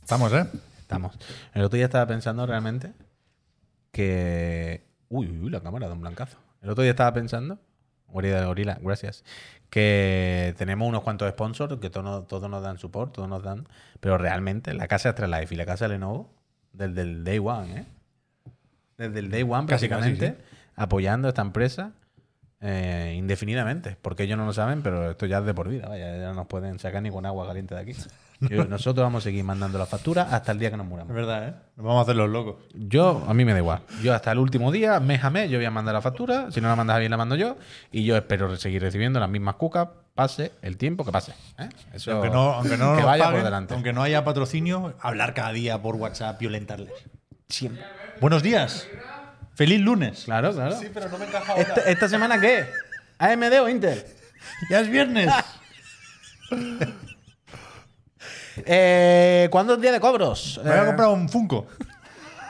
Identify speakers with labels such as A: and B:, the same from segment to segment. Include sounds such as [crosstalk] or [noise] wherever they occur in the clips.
A: Estamos, ¿eh?
B: Estamos. El otro día estaba pensando realmente que. Uy, uy, uy, la cámara da un blancazo. El otro día estaba pensando. Guarida de gorila, gracias. Que tenemos unos cuantos sponsors que todos nos- todos nos dan support, todos nos dan. Pero realmente la casa Astralife y la casa Lenovo, desde el day one, ¿eh? Desde el day one,
A: Casi,
B: prácticamente,
A: casi,
B: apoyando esta empresa eh, indefinidamente. Porque ellos no lo saben, pero esto ya es de por vida. Vaya, ya no nos pueden sacar ni con agua caliente de
A: [laughs]
B: aquí. Yo- Nosotros vamos a seguir mandando las facturas hasta el día que nos muramos.
A: Es verdad, ¿eh? Nos vamos a hacer los locos.
B: Yo, a mí me da igual. Yo hasta el último día, mes a mes, yo voy a mandar la factura. Si no la mandas bien, la mando yo. Y yo espero seguir recibiendo las mismas cucas, pase el tiempo que pase. ¿eh? Eso
A: Aunque no, aunque no
B: que
A: nos
B: vaya
A: paguen,
B: por delante.
A: aunque no haya patrocinio, hablar cada día por WhatsApp, violentarles. Siempre. Buenos días. Feliz lunes.
B: Claro, claro.
A: pero no me encaja
B: ¿Esta, esta semana qué? ¿AMD o Intel?
A: Ya es viernes.
B: Eh, ¿Cuándo es día de cobros?
A: Me voy a
B: Eh,
A: comprar un Funko. [laughs]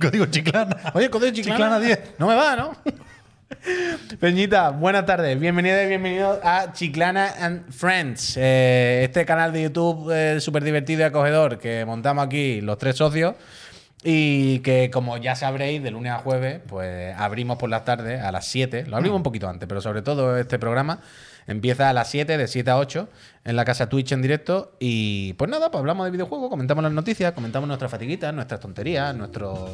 A: Código chiclana.
B: Oye, Codeo Chiclana,
A: Chiclana 10.
B: No me va, ¿no? Peñita, buenas tardes. Bienvenida y bienvenidos a Chiclana and Friends. eh, este canal de YouTube súper divertido y acogedor que montamos aquí los tres socios. Y que, como ya sabréis, de lunes a jueves, pues abrimos por las tardes a las 7. Lo abrimos un poquito antes, pero sobre todo este programa empieza a las 7, de 7 a 8, en la casa Twitch en directo. Y pues nada, pues hablamos de videojuegos, comentamos las noticias, comentamos nuestras fatiguitas, nuestras tonterías, nuestros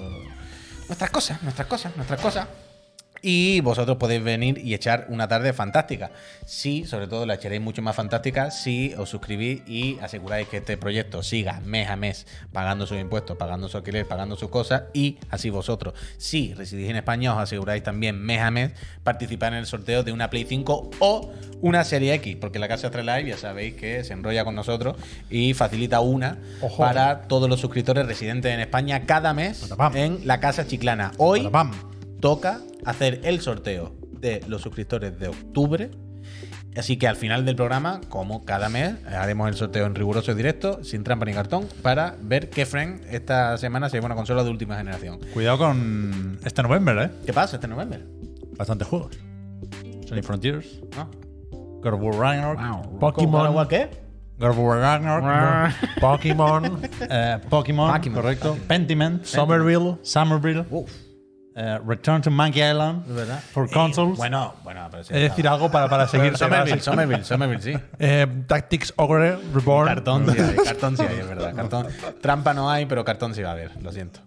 B: nuestras cosas, nuestras cosas, nuestras cosas. Y vosotros podéis venir y echar una tarde fantástica. Sí, sobre todo la echaréis mucho más fantástica si os suscribís y aseguráis que este proyecto siga mes a mes pagando sus impuestos, pagando su alquiler, pagando sus cosas y así vosotros. Si residís en España, os aseguráis también mes a mes participar en el sorteo de una Play 5 o una Serie X, porque la casa Astralife ya sabéis que se enrolla con nosotros y facilita una
A: Ojo.
B: para todos los suscriptores residentes en España cada mes
A: Patapam.
B: en la Casa Chiclana.
C: Pues
B: Hoy
A: Bueno, pam.
B: toca hacer el sorteo de los suscriptores de octubre. Así que al final del programa, como cada mes, haremos el sorteo en riguroso directo, sin trampa ni cartón, para ver qué friend esta semana se lleva una consola de última generación.
A: Cuidado con este noviembre, ¿eh?
B: ¿Qué pasa este noviembre?
A: Bastantes juegos. Sonic Frontiers,
B: ¿No?
A: God of War Ragnarok,
B: ¿Con
D: Pokémon.
B: agua qué?
A: God of War Ragnarok,
D: Pokémon.
A: [laughs] eh, Pokémon,
B: Pokémon.
A: correcto, Pentiment,
D: Somerville.
A: Somerville,
B: Uf,
A: eh, Return to Monkey Island,
B: es verdad.
D: For
B: Eh,
D: consoles.
B: bueno, bueno, pero sí.
D: Es decir, algo
A: [laughs]
D: para, para seguir.
B: Somerville, Somerville, Somerville,
D: [laughs]
B: sí.
D: Eh, Tactics Ogre Reborn.
B: Cartón sí hay, [laughs] cartón sí hay, es verdad. Cartón. Trampa no hay, pero cartón sí va a haber, lo siento.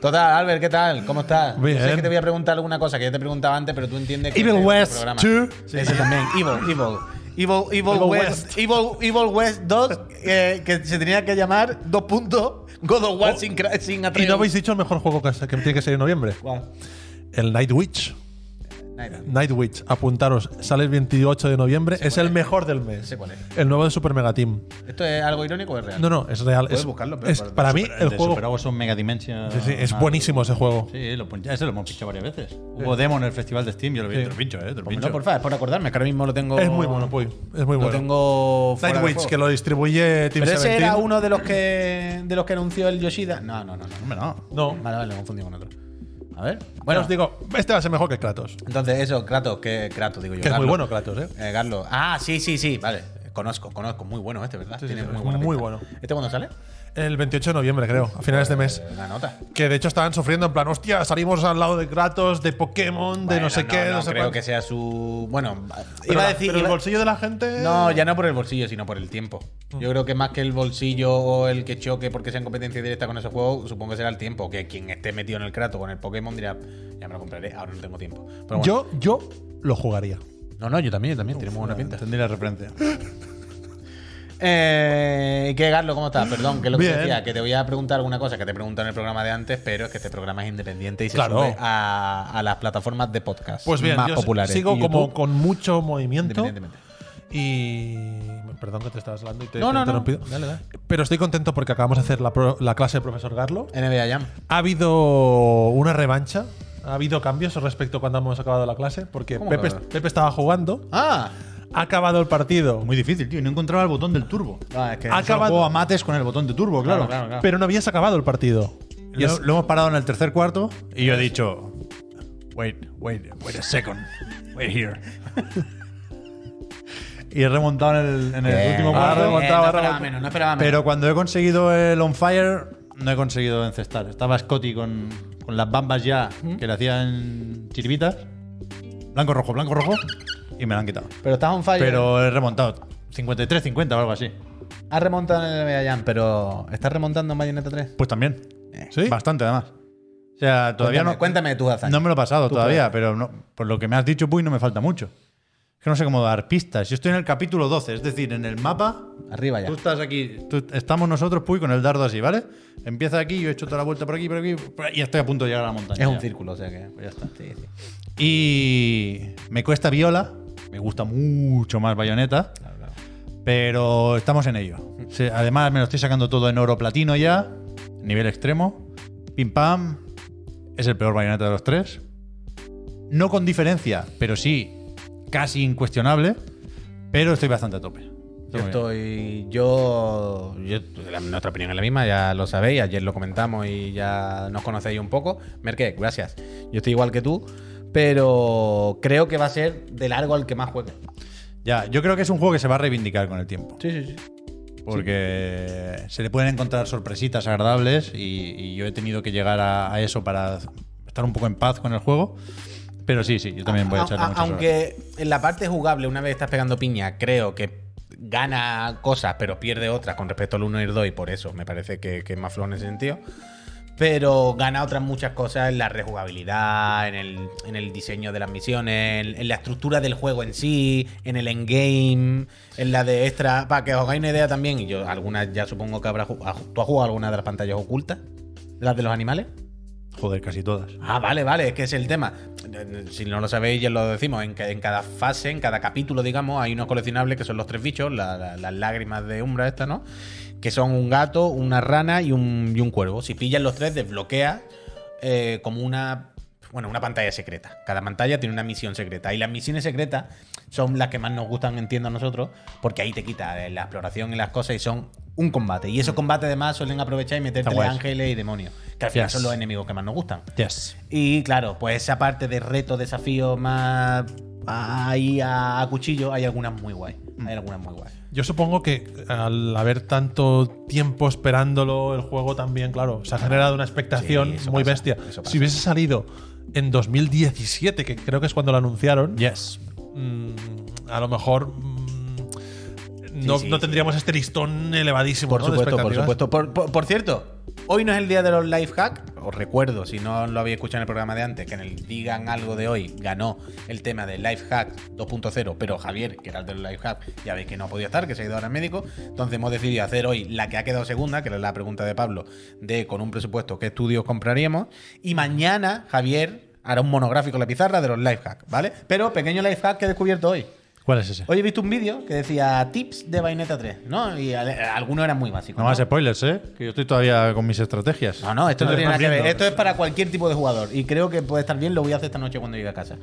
B: Total, Albert, ¿qué tal? ¿Cómo estás?
D: Bien.
B: Sé que te voy a preguntar alguna cosa que ya te preguntaba antes, pero tú entiendes que.
D: Evil
B: es de
D: West
B: programa.
D: 2.
B: Sí, Ese también. Evil, Evil. Evil, Evil,
D: Evil
B: West. Evil, Evil West 2, eh, que se tenía que llamar dos puntos God of War sin, cra- sin
D: Oh. Y
B: Atreus.
D: no habéis dicho el mejor juego que, que tiene que ser en noviembre.
B: ¿Cuál?
D: El Night Witch.
B: Nada, no
D: Night Witch, apuntaros, sale el 28 de noviembre, es el mejor del mes.
B: sé cuál es.
D: El nuevo de Super Mega Team.
B: ¿Esto es algo irónico o es real?
D: No, no, es real.
B: Puedes
D: es,
B: buscarlo, pero
D: es-
B: para-
D: para mí,
A: el
D: el
A: de
D: juego.
A: Super Awesome Mega Dimension.
D: Sí, sí, es
A: Ah,
D: buenísimo ese juego.
A: Sí, lo, pon- ese lo hemos pinchado varias veces. Hubo demo en el Festival de Steam, yo lo vi, te lo pincho, eh, te lo
B: Pues
A: pincho.
B: no, por favor, es por acordarme, que ahora mismo lo tengo.
D: Es muy bueno, Puy. Es muy
B: Lo
D: bueno.
B: tengo. fuera
D: Night
B: de
D: Witch,
B: juego.
D: que lo distribuye Team
B: Pero ese
D: 17.
B: era uno de los que de los que anunció el Yoshida. No, no, no, no.
A: Hombre, no.
D: No,
B: Vale, vale, lo confundí con otro. A ver.
D: bueno,
B: Bueno,
D: os digo, este va a ser mejor que Kratos.
B: entonces eso, Kratos, que Kratos, digo yo.
D: Que es muy
B: Garlo.
D: bueno, Kratos, ¿eh?
B: Eh, Garlo. Ah, sí, sí, sí, vale. Conozco, conozco. Muy bueno este, ¿verdad?
D: Sí, sí,
B: Tiene
D: sí, es
B: buena
D: muy
B: pinta.
D: bueno.
B: ¿Este cuándo sale?
D: El 28 de noviembre, creo, a finales de mes.
B: Eh, La nota.
D: Que de hecho estaban sufriendo en plan, hostia, salimos al lado de Kratos, de Pokémon, de
B: Bueno,
D: no sé qué, no, sé
B: creo
D: cuánto.
B: que sea su. Bueno,
D: Pero
B: iba a
D: la-
B: decir.
D: pero
B: iba-
D: el bolsillo de la gente.
B: No, ya no por el bolsillo, sino por el tiempo.
D: Mm.
B: Yo creo que más que el bolsillo o el que choque porque sea en competencia directa con esos juegos, supongo que será el tiempo. Que quien esté metido en el Kratos o en el Pokémon dirá, ya me lo compraré, ahora no tengo tiempo. Pero bueno.
D: Yo, yo lo jugaría.
B: No, no, yo también, yo también, tenemos buena pinta.
A: Entendí la referencia.
B: Eh, ¿Qué, Garlo? ¿Cómo estás? Perdón, que es lo que
D: Bien.
B: decía, que te voy a preguntar alguna cosa que te preguntan en el programa de antes, pero es que este programa es independiente y se
D: Claro.
B: sube a, a las plataformas de podcast
D: Pues bien,
B: más
D: yo
B: populares.
D: sigo
B: Y
D: como
B: YouTube,
D: con mucho movimiento.
B: independientemente.
D: Y. Perdón que te estabas hablando y te,
B: No,
D: te
B: no,
D: he
B: no.
D: interrumpido.
B: Dale, dale.
D: Pero estoy contento porque acabamos de hacer la, pro- la clase de profesor Garlo.
B: NBA Jam.
D: Ha habido una revancha. Ha habido cambios respecto a cuando hemos acabado la clase. Porque
B: ¿Cómo
D: Pepe,
B: que habrá?
D: Pepe estaba jugando.
B: Ah,
D: Ha acabado el partido.
A: Muy difícil, tío. Y no encontraba el botón del turbo. Ah,
B: no, es que
D: Ha
A: Solo
D: acabado-
A: juego a mates con el botón de turbo, claro.
B: Claro, claro,
D: Pero no habías acabado el partido. Y
A: Lo,
D: es-
A: lo hemos parado en el tercer cuarto y yo he dicho. Wait, wait, wait a second. Wait here.
C: y he remontado en el, en el
B: Bien.
C: último
B: Ah,
C: cuarto.
B: remontado,
C: remontado,
B: no esperaba
C: remontado.
B: menos, no esperaba menos.
C: Pero cuando he conseguido el on fire, no he conseguido encestar. Estaba Scotty con, con las bambas ya que le hacían chiribitas. Blanco, rojo, blanco, rojo. Y me la han quitado.
B: Pero estás on fire.
C: Pero he remontado. 53-50 o algo así.
B: Has remontado en el Medellín, pero ¿estás remontando en Bayonetta 3?
C: Pues también.
B: Eh.
D: ¿Sí?
C: Bastante además. O sea, todavía
B: cuéntame,
C: no.
B: Cuéntame de tus hazañas.
C: No me lo he pasado
B: Tú
C: todavía, pero no- por lo que me has dicho, Puy, no me falta mucho. Es que no sé cómo dar pistas. Yo estoy en el capítulo 12, es decir, en el mapa.
B: Arriba ya.
C: Tú estás aquí, tú- estamos nosotros, Puy, con el dardo así, ¿vale? Empieza aquí, yo he hecho toda la vuelta por aquí, por aquí, por ahí, y estoy a punto de llegar a la montaña.
B: Es un
C: ya.
B: círculo, o sea que.
C: Pues ya está.
B: Sí, sí.
C: Y me cuesta viola, me gusta mucho más bayoneta,
B: Claro, claro.
C: pero estamos en ello. Sí, además, me lo estoy sacando todo en oro platino ya, nivel extremo. Pim pam, es el peor bayoneta de los tres. No con diferencia, pero sí casi incuestionable, pero estoy bastante a tope. Estoy
B: Yo
C: muy bien.
B: estoy. Yo. yo- la- nuestra opinión es la misma, ya lo sabéis. Ayer lo comentamos y ya nos conocéis un poco. Merke, gracias. Yo estoy igual que tú, pero creo que va a ser de largo el que más juegue.
C: Ya, yo creo que es un juego que se va a reivindicar con el tiempo.
B: Sí, sí, sí.
C: Porque se le pueden encontrar sorpresitas agradables y, y yo he tenido que llegar a, a eso para estar un poco en paz con el juego. Pero sí, sí, yo también voy a
B: A-
C: echarle
B: a-
C: muchas horas.
B: aunque en la parte jugable, una vez estás pegando piña, creo que gana cosas, pero pierde otras con respecto al 1 y el 2, y por eso me parece que, que es más flojo en ese sentido. Pero gana otras muchas cosas en la rejugabilidad, en el, en el diseño de las misiones, en, en la estructura del juego en sí, en el endgame, en la de extra. Para que os hagáis una idea también, y yo algunas ya supongo que habrá. ju- ¿Tú has jugado alguna de las pantallas ocultas? ¿Las de los animales?
C: Joder, casi todas.
B: Ah, vale, vale, es que es el tema. Si no lo sabéis, ya lo decimos. En, ca- en cada fase, en cada capítulo, digamos, hay unos coleccionables que son los tres bichos, la- la- las lágrimas de Umbra, esta, ¿no? Que son un gato, una rana y un, y un cuervo. Si pillas los tres, desbloqueas eh, como una. Bueno, una pantalla secreta. Cada pantalla tiene una misión secreta. Y las misiones secretas son las que más nos gustan, entiendo a nosotros, porque ahí te quita eh, la exploración y las cosas y son un combate. Y esos combates, además, suelen aprovechar y meterte
C: guays.
B: ángeles y demonios, que al final
C: Yes.
B: son los enemigos que más nos gustan.
C: Yes.
B: Y claro, pues esa parte de reto, desafío más ahí a, a cuchillo, hay algunas muy guay. Hay algunas muy guay.
D: Yo supongo que al haber tanto tiempo esperándolo, el juego también, claro, se ha generado una
B: Sí,
D: expectación
B: eso
D: muy
B: pasa,
D: bestia.
B: eso pasa.
D: Si hubiese salido en 2017, que creo que es cuando lo anunciaron,
C: Yes.
D: mm, a lo mejor mm, no,
B: sí,
D: no
B: sí.
D: tendríamos este listón elevadísimo.
B: Por
D: ¿no? de
B: supuesto, por
D: expectativas.
B: supuesto. Por, por- por cierto, hoy no es el día de los life hack. Os recuerdo, si no lo habéis escuchado en el programa de antes, que en el Digan Algo de hoy ganó el tema de life hack 2.0, pero Javier, que era el de los life hack, ya veis que no ha podido estar, que se ha ido ahora al médico. Entonces hemos decidido hacer hoy la que ha quedado segunda, que era la pregunta de Pablo, de con un presupuesto qué estudios compraríamos. Y mañana Javier hará un monográfico en la pizarra de los life hack, ¿vale? Pero pequeño life hack que he descubierto hoy.
C: ¿Cuál es ese?
B: Hoy he visto un vídeo que decía tips de Bayonetta 3, ¿no? Y a- algunos eran muy básicos.
C: No más spoilers, ¿eh? Que yo estoy todavía con mis estrategias.
B: No, no, esto no
C: Estoy
B: tiene nada que ver.
C: viendo.
B: Esto es para cualquier tipo de jugador. Y creo que puede estar bien, lo voy a hacer esta noche cuando llegue a casa.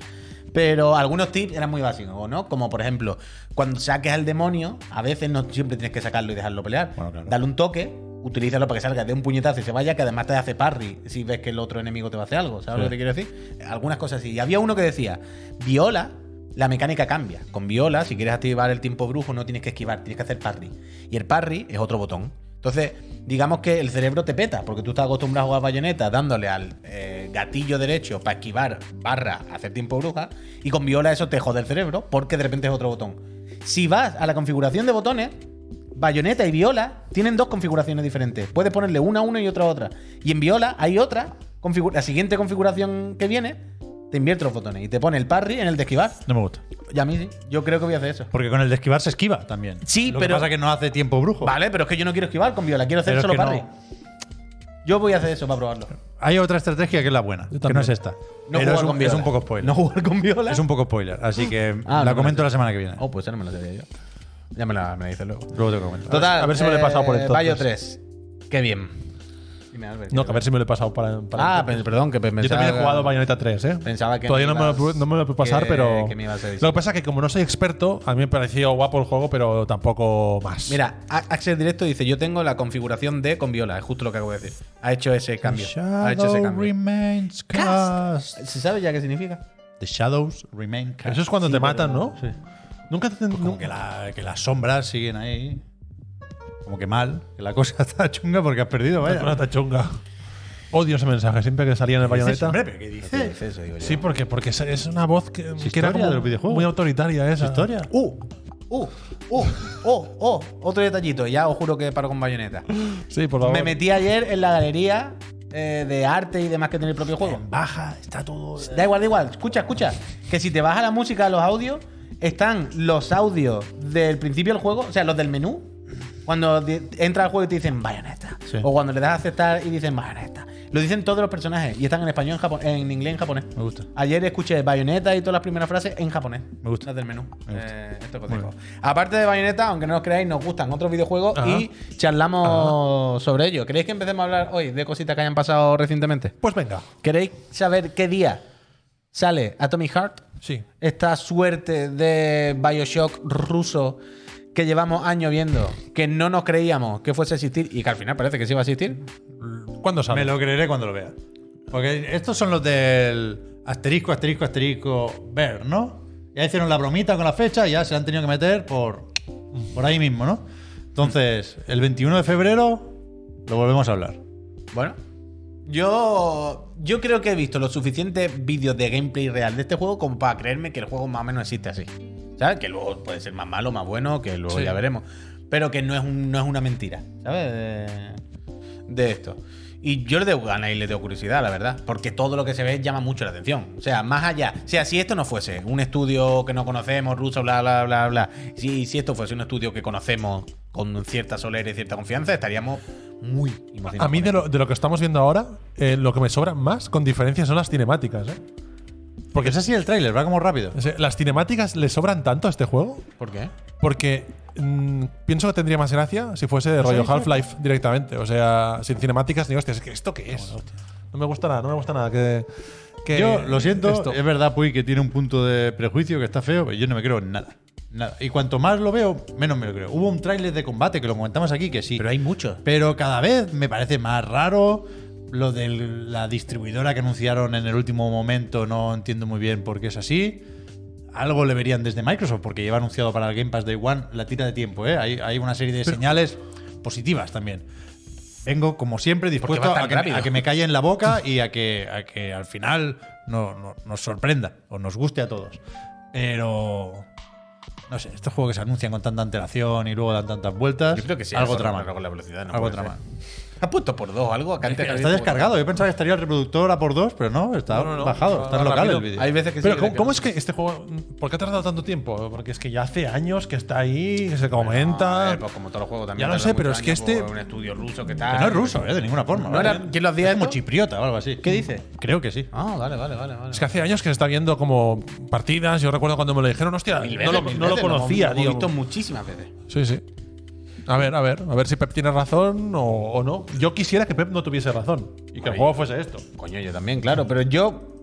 B: Pero algunos tips eran muy básicos, ¿no? Como por ejemplo, cuando saques al demonio, a veces no siempre tienes que sacarlo y dejarlo pelear.
C: Bueno, claro.
B: Dale un toque, utilízalo para que salga, de un puñetazo y se vaya, que además te hace parry si ves que el otro enemigo te va a hacer algo. ¿Sabes
C: Sí.
B: lo que te quiero decir? Algunas cosas así. Y había uno que decía, viola. La mecánica cambia. Con viola, si quieres activar el tiempo brujo, no tienes que esquivar, tienes que hacer parry. Y el parry es otro botón. Entonces, digamos que el cerebro te peta, porque tú estás acostumbrado a jugar bayoneta dándole al eh, gatillo derecho para esquivar, barra, hacer tiempo bruja, y con viola eso te jode el cerebro, porque de repente es otro botón. Si vas a la configuración de botones, bayoneta y viola tienen dos configuraciones diferentes. Puedes ponerle una a uno y otra a otra. Y en viola hay otra, configu- la siguiente configuración que viene, te invierte los botones y te pone el parry en el de esquivar.
C: No me gusta.
B: Y a mí sí, yo creo que voy a hacer eso.
C: Porque con el de esquivar se esquiva también.
B: Sí,
C: Lo
B: pero-
C: que pasa es que no hace tiempo brujo.
B: Vale, pero es que yo no quiero esquivar con viola, quiero hacer
C: Pero es
B: solo
C: que
B: parry.
C: no.
B: Yo voy a hacer eso para probarlo.
C: Hay otra estrategia que es la buena, que no es esta.
B: No
C: pero
B: jugar
C: es
B: con
C: un,
B: viola.
C: es un poco spoiler.
B: No jugar con viola.
C: es un poco spoiler, así que
B: Ah,
C: la
B: no,
C: comento
B: no.
C: la semana que viene.
B: Oh, pues ahora me lo sabía yo. Ya me la, me la dice luego.
C: Luego te comento.
B: Total. eh,
D: a ver si me lo he pasado por entonces.
B: Bayo 3. Qué bien. Dime, Albert,
D: No,
B: ¿qué
D: que a ver si me lo he pasado para. para
B: Ah, pe- perdón, que pensaba.
D: Yo también he jugado Bayonetta 3, ¿eh?
B: Pensaba que
D: Todavía
B: me
D: no, me lo,
B: ibas-
D: pu- no me lo puedo pasar,
B: que-
D: pero.
B: que me ibas a decir.
D: Lo que pasa es que como no soy experto, a mí me pareció guapo el juego, pero tampoco más.
B: Mira, A- Axel Directo dice: Yo tengo la configuración de con viola, es justo lo que acabo de decir. Ha hecho ese cambio. Ha hecho ese
C: Shadow
B: cambio.
C: remains cast.
B: ¿Se sabe ya qué significa?
C: The shadows remain cast.
D: Eso es cuando te matan, ¿no? Nunca te
C: Pues Como que, la- que las sombras siguen ahí. Como que mal. Que la cosa [laughs] está chunga porque has perdido, vaya.
D: Una tachonga. Odio ese mensaje, siempre que salía en el
C: Dices,
D: bayoneta.
C: hombre, ¿pero ¿qué
B: ¿Qué [laughs]
C: dices?
B: dice eso, digo yo?
D: Sí, porque, porque es- es una voz que,
C: Es
D: que era
C: historia
D: como
C: de los videojuegos.
D: muy autoritaria esa.
C: Es historia.
B: ¡Uh! ¡Uh! ¡Uh! ¡Oh! ¡Oh! Otro detallito. Ya os juro que paro con bayoneta.
D: Sí, por favor.
B: Me metí ayer en la galería eh, de arte y demás que tiene el propio juego.
C: Baja, está todo.
B: Pues, Da igual, da igual. Escucha, escucha. Que si te vas a la música, a los audios, están los audios del principio del juego, o sea, los del menú. Cuando di- entra al juego y te dicen bayoneta.
C: Sí.
B: O cuando le das a aceptar y dicen bayoneta. Lo dicen todos los personajes y están en español, en, japo- en inglés, en japonés.
C: Me gusta.
B: Ayer escuché bayoneta y todas las primeras frases en japonés.
C: Me gusta.
B: Las del menú.
C: Me gusta.
B: Eh, esto es consejo. Aparte de bayoneta, aunque no os creáis, nos gustan otros videojuegos
D: Ajá.
B: y charlamos sobre ello. ¿Queréis que empecemos a hablar hoy de cositas que hayan pasado recientemente?
D: Pues venga,
B: ¿Queréis saber qué día sale Atomic Heart?
D: sí.
B: Esta suerte de Bioshock ruso que llevamos años viendo, que no nos creíamos que fuese a existir y que al final parece que sí va a existir.
D: ¿Cuándo sale?
C: Me lo creeré cuando lo vea. Porque estos son los del asterisco, asterisco, asterisco, ver, ¿no? Ya hicieron la bromita con la fecha y ya se la han tenido que meter por, por ahí mismo, ¿no? Entonces, el 21 de febrero lo volvemos a hablar.
B: Bueno, yo, yo creo que he visto los suficientes vídeos de gameplay real de este juego como para creerme que el juego más o menos existe así. ¿Sabes? Que luego puede ser más malo, más bueno, que luego
D: Sí.
B: ya veremos. Pero que no es, un- no es una mentira, ¿sabes? De, de esto. Y yo le tengo ganas y le tengo curiosidad, la verdad. Porque todo lo que se ve llama mucho la atención. O sea, más allá. O sea, si esto no fuese un estudio que no conocemos, ruso, bla, bla, bla, bla. Si, si esto fuese un estudio que conocemos con cierta solera y cierta confianza, estaríamos muy emocionados.
D: A mí
B: con
D: de lo, de lo que estamos viendo ahora, eh, lo que me sobra más con diferencia son las cinemáticas. ¿eh?
C: Porque es así el tráiler, va como rápido.
D: O sea, Las cinemáticas le sobran tanto a este juego
B: ¿Por qué?
D: porque mm, pienso que tendría más gracia si fuese de rollo Half-Life directamente. O sea, sin cinemáticas ni hostias. Es que ¿Esto qué es? No me gusta nada, no me gusta nada. Que, que
C: Yo lo siento,
D: esto.
C: es verdad, Puy, que tiene un punto de prejuicio que está feo, pero yo no me creo en nada. Nada. Y cuanto más lo veo, menos me lo creo. Hubo un tráiler de combate que lo comentamos aquí, que sí.
B: Pero hay muchos.
C: Pero cada vez me parece más raro lo de la distribuidora que anunciaron en el último momento. No entiendo muy bien por qué es así. Algo le verían desde Microsoft, porque lleva anunciado para el Game Pass Day One la tira de tiempo. ¿eh? Hay, hay una serie de señales positivas también. Vengo, como siempre, dispuesto
B: va tan
C: a que,
B: rápido.
C: a que me calle en la boca y a que, a que al final no- no- nos sorprenda o nos guste a todos. Pero. No sé, estos juegos que se anuncian con tanta antelación y luego dan tantas vueltas.
B: Yo creo que sí.
C: algo
B: eso,
C: trama.
B: pero Con la velocidad, no
C: algo
B: puede
C: trama.
B: ser. Ha puesto por dos algo. acá antes
C: Está
B: había-
C: descargado. Yo pensaba que estaría el reproductor a por dos, pero no, está
D: No, no, no.
C: bajado.
D: Va-
C: Está
D: va
C: en local
D: rápido.
C: el vídeo.
B: Hay veces que
D: Pero
B: sí.
D: ¿cómo, cómo es que este juego, por qué ha tardado tanto tiempo? Porque es que ya hace años que está ahí, que se
B: No, a
D: comenta.
B: ver, pues como todos los juegos también.
D: Ya lo
B: tardan
D: sé, pero
B: muchos
D: es que
B: años,
D: este-
B: pues, Un estudio ruso que tal.
C: Que no es ruso, eh, de ninguna forma.
B: ¿No
C: ¿vale?
B: era- quién lo hacía
C: Es como
B: esto?
C: chipriota o algo así.
B: ¿Qué dice?
C: Creo que sí.
B: Ah, vale, vale, vale. vale.
D: es que hace años que se está viendo como partidas. Yo recuerdo cuando me lo dijeron, hostia,
B: Mil
D: no,
B: veces,
D: lo,
B: mil
D: no lo
B: veces,
D: conocía,
B: hemos-
D: tío.
B: Lo he visto muchísimas veces.
D: Sí, sí. A ver, a ver, a ver si Pep tiene razón o, o no. Yo quisiera que Pep no tuviese razón y que el
B: Ahí.
D: juego fuese esto.
B: Coño, yo también, claro. Pero yo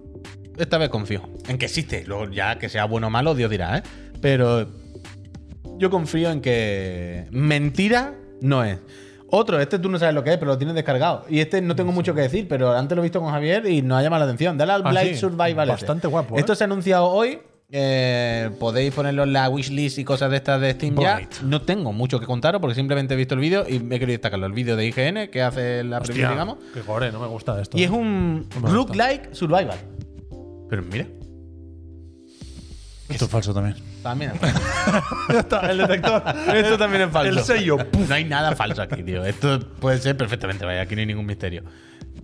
B: esta vez confío en que existe. Luego ya que sea bueno o malo, Dios dirá, ¿eh? Pero yo confío en que mentira no es. Otro, este tú no sabes lo que es, pero lo tienes descargado. Y este no tengo mucho que decir, pero antes lo he visto con Javier y nos ha llamado la atención. Dale al
D: Ah,
B: Blight
D: sí.
B: Survival. este.
D: Bastante guapo, ¿eh?
B: Esto se ha anunciado hoy. eh, podéis ponerlo en la wishlist y cosas de estas de Steam ya.
D: Blight.
B: No tengo mucho que contaros porque simplemente he visto el vídeo y me he querido destacarlo. El vídeo de IGN que hace la
D: Hostia,
B: preview, digamos.
D: Qué gore, no me gusta esto.
B: Y es un
D: No me gusta.
B: roguelike survival. Pero mira,
C: Esto es falso también.
B: también [laughs] es
D: el detector. [laughs]
B: Esto también es falso.
D: El sello,
B: No hay nada falso aquí, tío. Esto puede ser perfectamente, vaya, aquí no hay ningún misterio.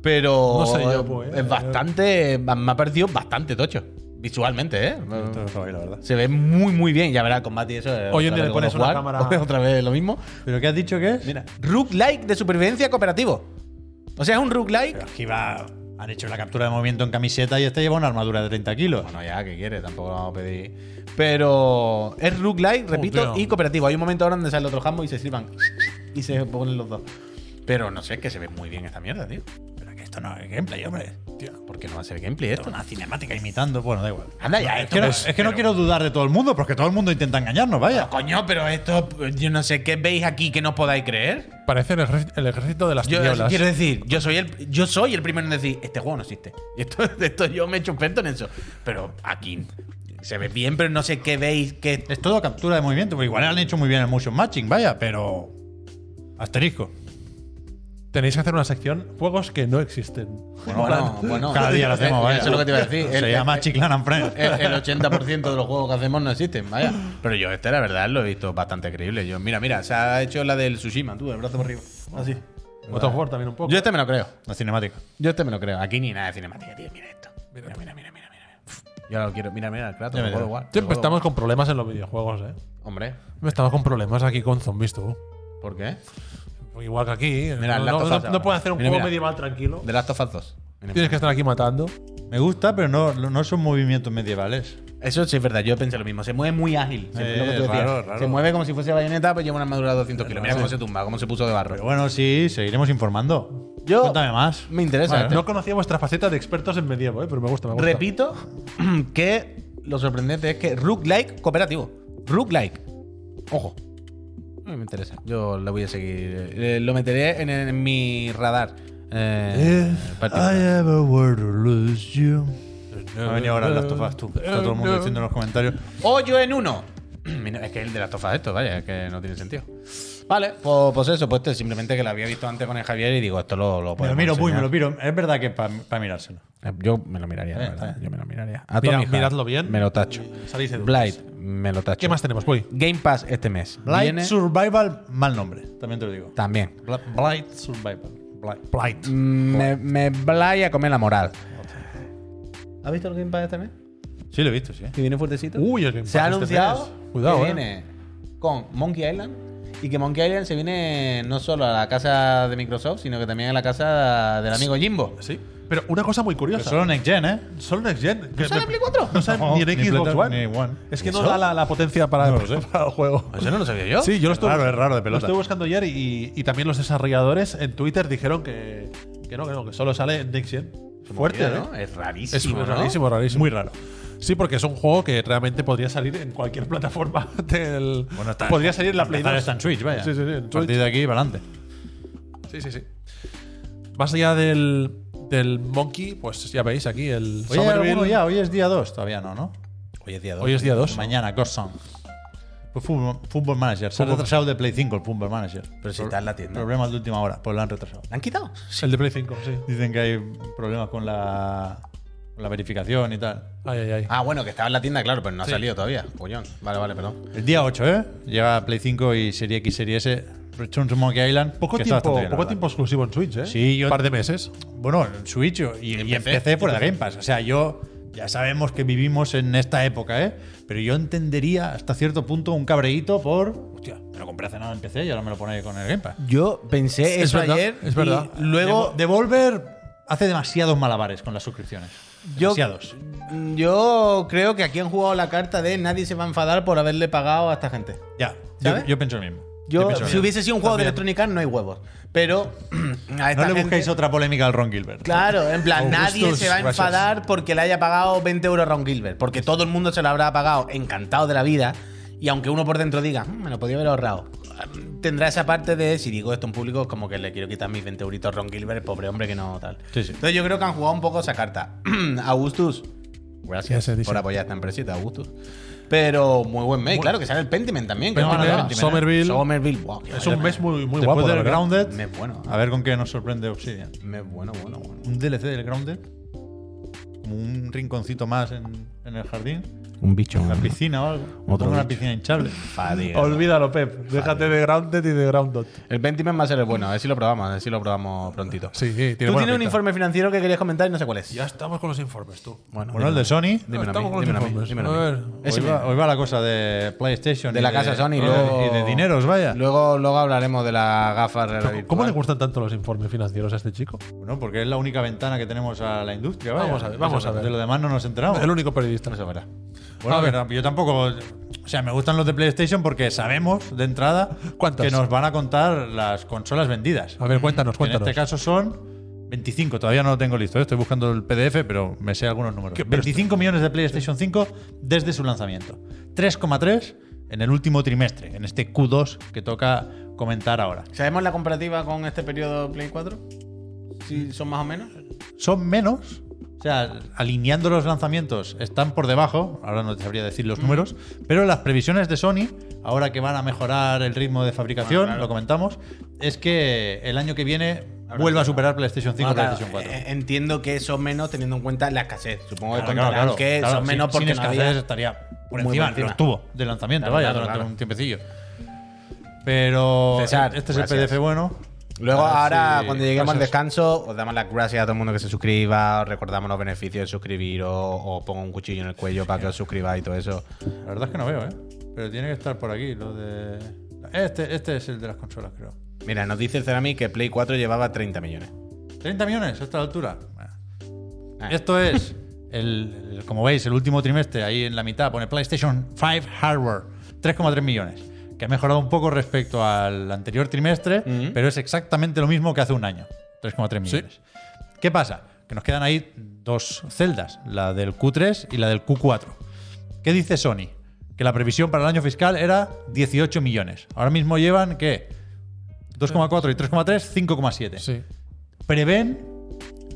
B: Pero
D: No sé yo, pues, eh.
B: es bastante, me ha parecido bastante tocho. Visualmente, ¿eh?
C: Esto es guay, la verdad.
B: Se ve muy, muy bien. Ya verá el combate y eso. eh,
D: Hoy en
B: otra
D: día
B: vez
D: le
B: God
D: pones
B: of
D: una
B: War, [laughs]
D: cámara-
B: Otra vez lo mismo.
C: ¿Pero qué has dicho que es?
B: Mira. Roguelike de supervivencia cooperativo. O sea, es un roguelike.
C: Aquí va. Han hecho la captura de movimiento en camiseta y este lleva una armadura de 30 kilos.
B: Bueno, ya, que quiere, tampoco lo vamos a pedir. Pero es roguelike, repito,
D: Hostia.
B: y cooperativo. Hay un momento ahora donde sale el otro jambo y se sirvan. Y se ponen los dos. Pero no sé, es que se ve muy bien esta mierda, tío.
C: Pero que esto no es gameplay, hombre. Tío,
B: Porque no va a ser gameplay esto.
C: una cinemática imitando. Bueno, da igual.
B: Anda ya,
C: Es
B: esto
C: que, no,
B: es-
C: es que no quiero dudar de todo el mundo, porque todo el mundo intenta engañarnos, vaya.
B: Coño, pero esto, yo no sé qué veis aquí que no os podáis creer.
D: Parece el, ejer- el ejército de las
B: Yo
D: tinieblas.
B: quiero decir, yo soy el yo [laughs] soy el primero en decir, este juego no existe. Y esto, esto yo me he hecho experto en eso. Pero aquí Se ve bien, pero no sé qué veis. Qué...
C: Es todo captura de movimiento. porque igual han hecho muy bien el motion matching, vaya, pero. Asterisco.
D: Tenéis que hacer una sección juegos que no existen.
B: Bueno, bueno. Eh,
C: Cada día lo
B: [laughs]
C: hacemos, vaya.
B: Eso es lo que te iba a decir.
C: Se
B: El-
C: llama Chiclan and Friends.
B: El, el 80% de los juegos que hacemos no existen, vaya. Pero yo este, la verdad, lo he visto bastante creíble. Yo, mira, mira, se ha hecho la del Tsushima, tú, el brazo por arriba. Así.
D: Otro juego también un poco.
B: Yo este me lo creo.
C: La cinemática.
B: Yo este me lo creo. Aquí ni nada de cinemática, tío. Mira esto. Mira, mira, mira, mira, mira. Uf, Yo ahora lo quiero. Mira, mira, el Kratos.
C: Ya
B: el
C: verás.
B: God of War, el
D: Siempre
B: God of
D: estamos con problemas en los videojuegos, eh.
B: War. Hombre,
D: Siempre Estamos con problemas aquí con zombies, tú.
B: ¿por qué?
D: Igual que aquí. ¿eh?
B: Mira, el
D: no,
B: Last
D: no,
B: of Us
D: no
B: ahora.
D: puedes hacer un
B: Mira,
D: juego
B: mira.
D: medieval tranquilo.
B: De Last of Us 2. Mira,
D: Tienes
B: mira.
D: que estar aquí matando.
C: Me gusta, pero no, no son movimientos medievales.
B: Eso sí es verdad, yo pensé lo mismo. Se mueve muy ágil. siempre
C: Eh,
B: lo que tú decías.
C: raro, raro.
B: Se mueve como si fuese bayoneta, pero lleva una armadura de 200 kilos. Mira cómo se tumba, cómo se puso de barro.
C: Pero bueno, sí, seguiremos informando.
B: Yo-
C: Cuéntame más.
B: Me interesa.
D: Vale,
B: este.
D: no conocía vuestra faceta de expertos en medievo, eh, pero me gusta, me gusta.
B: Repito [clears throat] que lo sorprendente es que Rook Like cooperativo. Rook Like. Ojo. A mí me interesa. Yo lo voy a seguir. Eh, lo meteré en, en mi radar. Eh, particular.
C: ever were to lose you.
D: Eh,
C: Ha venido ahora el Last of Us, tú. Está todo el mundo
D: eh,
C: diciendo en los comentarios.
B: O yo en uno. [clears throat] Mira, es que el de las tofas esto, vaya, es que no tiene sentido. Vale, pues, pues eso, pues este, simplemente que lo había visto antes con el Javier y digo, esto lo, lo
C: Me lo
B: podemos
C: miro, uy, me
B: enseñar.
C: lo miro. Es verdad que para mirárselo.
B: Eh, Yo me lo miraría, la verdad. Yo me lo miraría. A
D: Mira-
B: Tommy Hart,
D: miradlo bien.
B: Me lo tacho.
D: Salís de dudas.
B: Blight, me lo tacho.
D: ¿Qué más tenemos, Puy?
B: Game Pass este mes.
C: Blight
B: Viene-
C: Survival, mal nombre, también te lo digo.
B: También.
C: Bla- Blight Survival. Blight.
D: Blight.
B: Me, me blaya a comer la moral. ¿Has visto el Game Pass este mes?
C: Sí, lo he visto, sí.
B: Que viene fuertecito.
D: Uy, el Game
B: se ha
D: Pass este
B: anunciado
D: mes. Cuidado,
B: que
D: eh.
B: viene con Monkey Island y que Monkey Island se viene no solo a la casa de Microsoft, sino que también a la casa del amigo Jimbo.
D: Sí. Pero una cosa muy
C: Pero
D: curiosa.
C: solo Next Gen, ¿eh?
D: Solo Next Gen. Que
B: sale
D: me-
B: Play 4?
D: No sale
C: No,
D: ni en
C: ni
D: Xbox
C: Play-
D: One.
C: ni One.
D: Es que
C: ¿Y
D: no
C: eso?
D: da la, la potencia para,
C: No lo sé.
D: [laughs] para el juego.
B: Eso no lo sabía yo.
D: Sí, yo lo
C: Es
D: estuve,
C: raro, es raro de
D: lo
C: pelota.
D: estuve buscando ayer y, y también los desarrolladores en Twitter dijeron que, que no, que no, que solo sale en Next Gen. Fuerte, ¿no?
B: ¿no? Es rarísimo.
D: Es
B: ¿no?
D: rarísimo, rarísimo. Muy raro. Sí, porque es un juego que realmente podría salir en cualquier plataforma [laughs] del.
C: Bueno, está-
D: podría salir en la Play
C: Empezar
D: 2.
C: está en Switch, vaya.
D: Sí, sí, sí, en
C: A partir de aquí para adelante.
D: Sí, sí, sí. Más allá del, del Monkey, pues ya veis aquí el
C: Oye, ¿hay
D: Somerville.
C: alguno ya? Hoy es día 2, todavía no, ¿no?
B: Hoy es día 2.
D: Hoy es día 2.
C: Mañana, Ghost Song. Pues fútbol, Fútbol Manager. Se ha
D: Fútbol-
C: retrasado de Play 5 el Fútbol Manager.
B: Pero si está en la tienda.
C: Problemas de última hora, pues lo han retrasado.
B: ¿La han quitado?
D: El de Play 5, sí.
C: Dicen que hay problemas con la, con la verificación y tal.
D: Ay, ay, ay.
B: Ah, bueno, que estaba en la tienda, claro, pero no ha salido todavía. Puñón. Vale, vale, perdón.
C: El día 8, ¿eh? Llega Play 5 y Serie X, Serie S. Return to Monkey Island.
D: Poco,
C: que está
D: tiempo,
C: bastante bien, la
D: poco
C: verdad.
D: tiempo exclusivo en Switch, ¿eh?
C: Sí, yo-
D: Un par de meses.
C: Bueno, en Switch y, y
B: En
C: en,
B: PC.
C: PC por la Game Pass. O sea, yo ya sabemos que vivimos en esta época, ¿eh? Pero yo entendería hasta cierto punto un cabreíto por. Hostia, me lo compré hace nada en PC y ahora me lo ponéis con el Game Pass.
B: Yo pensé
D: Es eso verdad, ayer es verdad. y
C: Devo- Devolver hace demasiados malabares con las suscripciones.
B: Yo, mm,
C: Demasiados.
B: yo creo que aquí han jugado la carta de nadie se va a enfadar por haberle pagado a esta gente.
C: Ya,
B: ¿Sabes?
C: yo, yo pienso lo mismo.
B: Yo,
C: pienso lo
B: si
C: mismo.
B: hubiese sido un juego de Electronic Arts, no hay huevos. Pero [clears throat] a esta
C: No le
B: gente-
C: busquéis otra polémica al Ron Gilbert.
B: Claro, en plan,
C: Augustus
B: nadie se va a
C: Rushers.
B: enfadar porque le haya pagado 20 euros a Ron Gilbert. Porque todo el mundo se lo habrá pagado encantado de la vida. Y aunque uno por dentro diga, "Mm, me lo podía haber ahorrado, mm, tendrá esa parte de, si digo esto en público, es como que le quiero quitar mis 20 euritos a Ron Gilbert, pobre hombre que no tal.
C: Sí, sí.
B: Entonces yo creo que han jugado un poco esa carta. [clears throat] Augustus, gracias
D: Gracias, dice.
B: por apoyar esta empresita, Augustus. Pero muy buen mes, claro, que sale el Pentiment también. que no me
D: Pentiment,
B: acordaba.
D: Somerville.
B: Somerville, wow, qué
D: Es
B: vaya
D: un mes muy, muy
C: Después
D: guapo. la
C: del
D: verdad.
C: Grounded,
B: mes bueno.
C: a ver con qué nos sorprende Obsidian.
B: Mes bueno, bueno, bueno.
C: un DLC del Grounded, como un rinconcito más en, en el jardín,
B: Un bicho.
C: la piscina o algo.
B: Otro
C: Otro una
B: bicho.
C: piscina hinchable.
D: Olvídalo, Pep. Déjate de Grounded y de Grounded.
B: El Pentiment va a ser el bueno, a ver si lo probamos, a ver si lo probamos prontito.
D: Sí, sí, tiene
B: Tú
D: buena
B: tienes un
D: pinta.
B: informe financiero que querías comentar y no sé cuál es.
D: Ya estamos con los informes, tú.
C: Bueno, el de Sony.
B: dímelo a mí,
D: Estamos con los
B: dímelo a mí,
D: informes.
B: dímelo a
D: A
B: mí.
D: ver,
B: Ese
C: hoy, va, hoy va la cosa de PlayStation.
B: De
C: y
B: la casa Sony,
C: y de-
B: luego-
C: Y de dineros, vaya.
B: Luego, luego hablaremos de la gafa real virtual.
D: ¿Cómo le gustan tanto los informes financieros a este chico?
C: Bueno, porque es la única ventana que tenemos a la industria, vaya.
D: Vamos a ver, vamos a ver.
C: De lo demás no nos enteramos.
D: El único periodista.
B: Eso verá.
C: Bueno,
D: A ver.
C: pero yo tampoco. O sea, me gustan los de PlayStation porque sabemos de entrada
D: ¿Cuántas?
C: que nos van a contar las consolas vendidas.
D: A ver, cuéntanos,
C: Que En
D: cuéntanos.
C: este caso son 25, todavía no lo tengo listo, ¿eh? estoy buscando el PDF, pero me sé algunos números.
D: ¿Qué? Pero
C: 25 millones de PlayStation 5 desde su lanzamiento. 3,3 en el último trimestre, en este Q2 que toca comentar ahora.
B: ¿Sabemos la comparativa con este periodo Play 4? Si son más o menos.
C: Son menos, O sea, alineando los lanzamientos están por debajo, ahora no te sabría decir
B: Mm.
C: los números, pero las previsiones de Sony, ahora que van a mejorar el ritmo de fabricación, lo comentamos, es que el año que viene vuelva a superar PlayStation 5 y
B: Bueno,
C: PlayStation
B: claro,
C: 4.
B: eh, Entiendo que son menos teniendo en cuenta la escasez. Supongo que
C: Claro,
B: contarán
C: claro,
B: que
C: claro,
B: son
C: sin-
B: menos porque
C: sin
B: no
C: escasez
B: había-
C: estaría por
B: Muy
C: encima,
B: por encima.
C: lo estuvo de lanzamiento,
B: Claro,
C: vaya,
B: claro,
C: durante
B: claro.
C: un tiempecillo. Pero
B: César,
C: este es
B: gracias.
C: el PDF bueno.
B: Luego,
C: A ver
B: ahora,
C: si-
B: cuando lleguemos al
C: gracias.
B: descanso, os damos las gracias a todo el mundo que se suscriba, os recordamos los beneficios de suscribir o, o pongo un cuchillo en el cuello para que os suscribáis y todo eso.
C: La verdad es que no veo, ¿eh? Pero tiene que estar por aquí, lo de... Este, este es el de las consolas, creo.
B: Mira, nos dice el Cerami que Play 4 llevaba 30 millones.
C: 30 millones a esta altura. Bueno.
B: Ah.
C: Esto es, el, el- como veis, el último trimestre, ahí en la mitad pone PlayStation 5 Hardware, 3,3 millones, que ha mejorado un poco respecto al anterior trimestre, pero es exactamente lo mismo que hace un año, 3,3 millones. ¿Qué pasa? Que nos quedan ahí dos celdas, la del Q3 y la del Q4. ¿Qué dice Sony? Que la previsión para el año fiscal era 18 millones. Ahora mismo llevan, ¿qué? 2,4 y 3,3, 5,7
D: Sí.
C: prevén,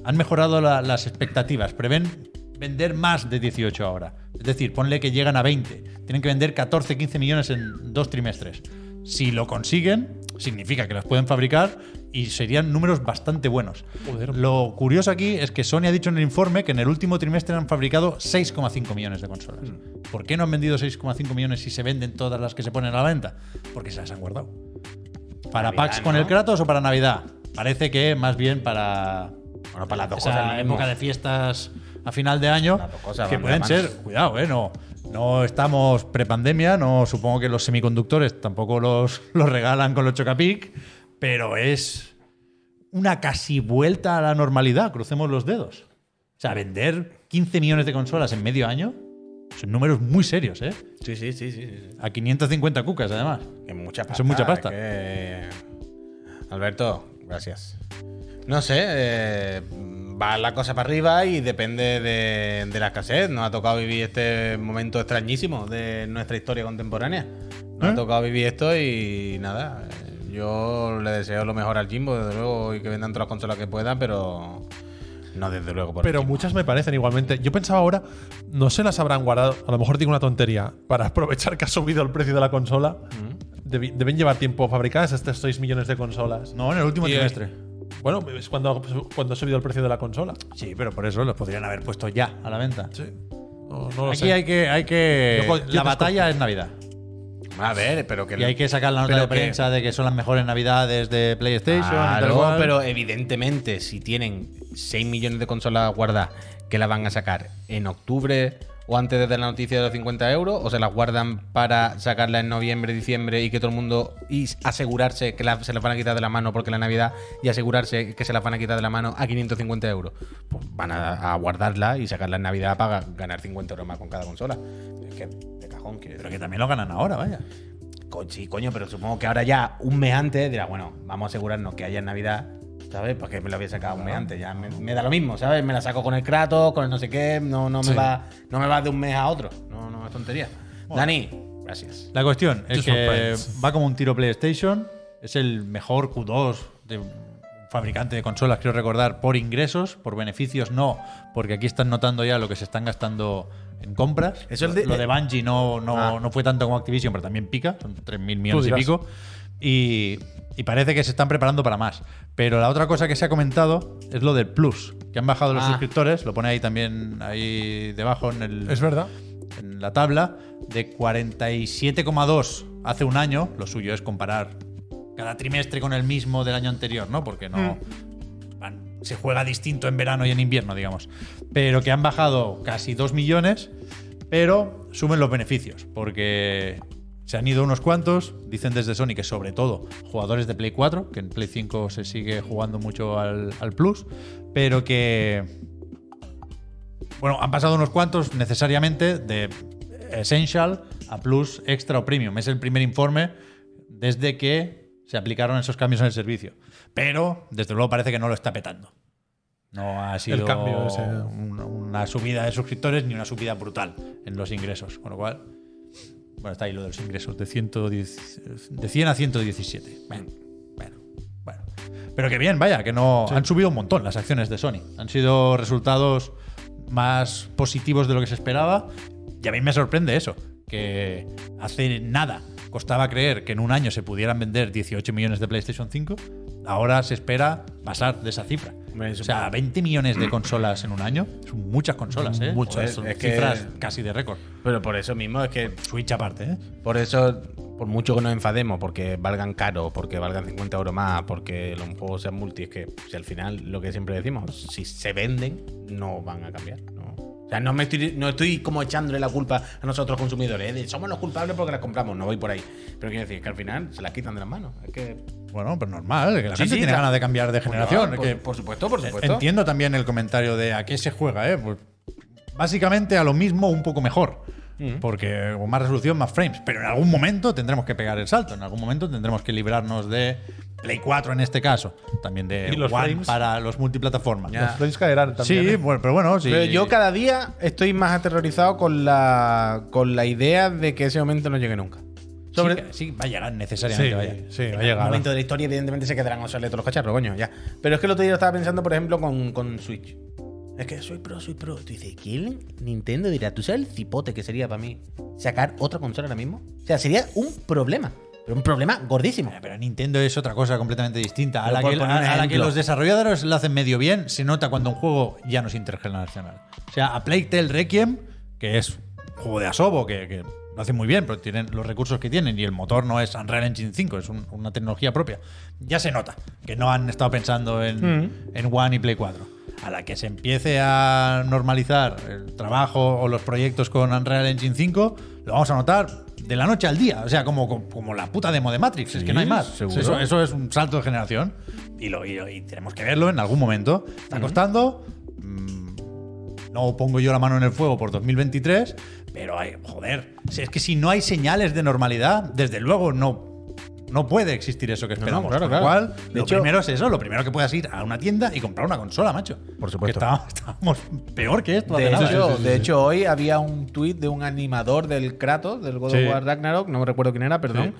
C: han mejorado la- las expectativas, prevén vender más de 18 ahora. Es decir, ponle que llegan a 20. Tienen que vender 14, 15 millones en dos trimestres. Si lo consiguen, significa que las pueden fabricar y serían números bastante buenos.
D: Joder.
C: Lo curioso aquí es que Sony ha dicho en el informe que en el último trimestre han fabricado 6,5 millones de consolas. ¿Por qué no han vendido 6,5 millones si se venden todas las que se ponen a la venta? Porque se las han guardado. ¿Para
B: Navidad,
C: packs con
B: ¿no?
C: el Kratos o para Navidad? Parece que más bien para.
B: Bueno, para las dos
C: esa
B: cosas, lo mismo.
C: época de fiestas a final de año.
B: Las dos cosas
C: que
B: van de
C: pueden
B: la
C: ser,
B: mano.
C: cuidado, eh, no, no estamos prepandemia, no supongo que los semiconductores tampoco los, [laughs] los regalan con los Chocapic, pero es una casi vuelta a la normalidad, crucemos los dedos. O sea, vender 15 millones de consolas en medio año son números muy serios, ¿eh?
B: Sí, sí, sí, sí. sí.
C: A 550 cucas, además.
B: Es mucha pasta.
C: Eso es mucha
B: es
C: pasta.
B: que- Alberto, gracias. No sé, eh, va la cosa para arriba y depende de, de la escasez. Nos ha tocado vivir este momento extrañísimo de nuestra historia contemporánea. Nos ha
C: ¿Eh?
B: tocado vivir esto y nada. eh, Yo le deseo lo mejor al Jimbo, desde luego, y que vendan todas las consolas que puedan, pero no desde luego. Por el
D: Pero
B: Jimbo.
D: muchas me parecen igualmente. Yo pensaba ahora, no se las habrán guardado. A lo mejor digo una tontería. Para [laughs] aprovechar que ha subido el precio de la consola, debi- deben llevar tiempo fabricadas estas 6 millones de consolas.
C: No, en el último
D: Y, eh,
C: trimestre.
D: Bueno, es cuando, cuando ha subido el precio de la consola.
C: Sí, pero por eso los podrían haber puesto ya a la venta.
D: Sí. No, no lo
C: Aquí
D: sé.
C: hay que. Hay que
D: Yo- yo
C: la
D: desconfío.
C: batalla es Navidad.
B: A ver, pero que
C: Y hay que sacar la nota
B: pero
C: de
B: que-
C: prensa de que son las mejores navidades de PlayStation. y tal
B: Claro,
C: cual.
B: pero evidentemente, si tienen 6 millones de consolas guardadas que las van a sacar en octubre o antes de la noticia de los 50 euros, o se las guardan para sacarlas en noviembre, diciembre y que todo el mundo. y asegurarse que las- se las van a quitar de la mano porque la Navidad y asegurarse que se las van a quitar de la mano a 550 euros. Pues van a, a guardarlas y sacarlas en Navidad para ganar 50 euros más con cada consola. Es que de cajón, quiero
C: Pero
B: decir.
C: que también lo ganan ahora, vaya.
B: Co- Sí, coño, pero supongo que ahora ya, un mes antes, dirá, bueno, vamos a asegurarnos que haya en Navidad, ¿sabes? Porque me lo había sacado un mes antes, ya me, me da lo mismo, ¿sabes? Me la saco con el Kratos, con el no sé qué, no, no, me,
D: Sí.
B: va, no me va de un mes a otro, no, no es tontería. Dani, gracias.
C: La cuestión es
D: Just
C: que
D: for friends.
C: va como un tiro PlayStation. Es el mejor Q2 de un fabricante de consolas, quiero recordar, por ingresos, por beneficios no, porque aquí están notando ya lo que se están gastando en compras.
B: Eso es
C: lo,
B: de-
C: lo de Bungie no, no, no fue tanto como Activision, pero también pica, son 3.000 millones y
D: Ah. dirás.
C: pico. Y, y parece que se están preparando para más. Pero la otra cosa que se ha comentado es lo del Plus, que han bajado los
B: Ah.
C: suscriptores, lo pone ahí también, ahí debajo en el,
D: Es verdad.
C: en la tabla de 47,2 hace un año. Lo suyo es comparar cada trimestre con el mismo del año anterior, ¿no? Porque no van- se juega distinto en verano y en invierno, digamos. Pero que han bajado casi 2 millones, pero suben los beneficios, porque se han ido unos cuantos, dicen desde Sony que sobre todo jugadores de Play 4, que en Play 5 se sigue jugando mucho al- al Plus, pero que bueno, han pasado unos cuantos necesariamente de Essential a Plus, Extra o Premium. Es el primer informe desde que se aplicaron esos cambios en el servicio. Pero, desde luego, parece que no lo está petando. No ha sido
D: cambio ese.
C: un- una subida de suscriptores ni una subida brutal en los ingresos. Con lo cual, bueno, está ahí lo de los ingresos, de, 110 de 100 a 117. Bueno,
B: Mm.
C: bueno, bueno. Pero que bien, vaya, que no. Han subido un montón las acciones de Sony. Han sido resultados más positivos de lo que se esperaba. Y a mí me sorprende eso, que hace nada costaba creer que en un año se pudieran vender 18 millones de PlayStation 5. Ahora se espera pasar de esa cifra.
B: Hombre, es
C: O sea, 20 millones de consolas en un año. Son muchas consolas, ¿eh?
B: Joder,
C: Muchas. Son
B: es que-
C: cifras casi de récord.
B: Pero por eso mismo es que
C: Switch aparte, ¿eh?
B: Por eso, por mucho que nos enfademos, porque valgan caro, porque valgan 50 euros más, porque los juegos sean multi, es que si al final lo que siempre decimos, si se venden, no van a cambiar. ¿no? O sea, no, me estoy, no estoy como echándole la culpa a nosotros consumidores, ¿eh? de, somos los culpables porque las compramos, no voy por ahí. Pero quiero decir, que al final se las quitan de las manos. Es que,
C: Bueno, pero normal, que la
B: Sí,
C: gente
B: sí,
C: tiene
B: claro.
C: ganas de cambiar de generación.
B: por,
C: que-
B: por supuesto, por supuesto.
C: Entiendo también el comentario de a qué se juega, ¿eh? Pues básicamente a lo mismo, un poco mejor. Porque con más resolución, más frames. Pero en algún momento tendremos que pegar el salto. En algún momento tendremos que librarnos de Play 4 en este caso. También de
D: Y los
C: One
D: frames.
C: para los multiplataformas. Pues,
B: Ya.
D: Los plays caerán también.
C: Sí,
D: ¿eh?
C: bueno, pero bueno, sí.
B: Pero yo cada día estoy más aterrorizado con la, con la idea de que ese momento no llegue nunca.
C: sobre... sí, sí, va a llegar necesariamente.
D: Sí,
C: vaya.
D: sí, va a
B: En algún
D: llegar.
B: momento de la historia, evidentemente, se quedarán obsoletos los cacharros, coño, ya. Pero es que el otro día lo estaba pensando, por ejemplo, con, con Switch. Es que soy pro, soy pro. Tú dices, ¿quién? Nintendo dirá, ¿tú sabes el cipote que sería para mí sacar otra consola ahora mismo? O sea, sería un problema. Pero un problema gordísimo.
C: Eh, Pero Nintendo es otra cosa completamente distinta. A
B: Pero
C: la,
B: por
C: que,
B: poner un
C: a- a la que
B: ejemplo.
C: los desarrolladores lo hacen medio bien, se nota cuando un juego ya no es intergeneracional. O sea, a Plague Tale Requiem, que es un juego de asobo, que, que lo hacen muy bien, pero tienen los recursos que tienen y el motor no es Unreal Engine 5, es un- una tecnología propia. Ya se nota que no han estado pensando en,
B: Mm.
C: en One y Play 4. A la que se empiece a normalizar el trabajo o los proyectos con Unreal Engine 5, lo vamos a notar de la noche al día. O sea, como, como, como la puta demo de Matrix. es que no hay más.
B: seguro.
C: Eso, eso es un salto de generación. Y, lo, y lo- y tenemos que verlo en algún momento. Está costando. mm, no pongo yo la mano en el fuego por 2023. Pero, hay, joder, si es que si no hay señales de normalidad, desde luego no. No puede existir eso que esperamos.
B: claro,
C: Con lo
B: claro.
C: cual,
B: De
C: lo
B: hecho-
C: primero es eso, lo primero que puedas ir a una tienda y comprar una consola, macho.
B: Por supuesto.
C: Que estábamos, [laughs] estábamos peor que esto.
B: De
C: hace nada.
B: hecho, de hecho, hoy había un tuit de un animador del Kratos, del God
D: Sí.
B: of War Ragnarok, no me recuerdo quién era, perdón,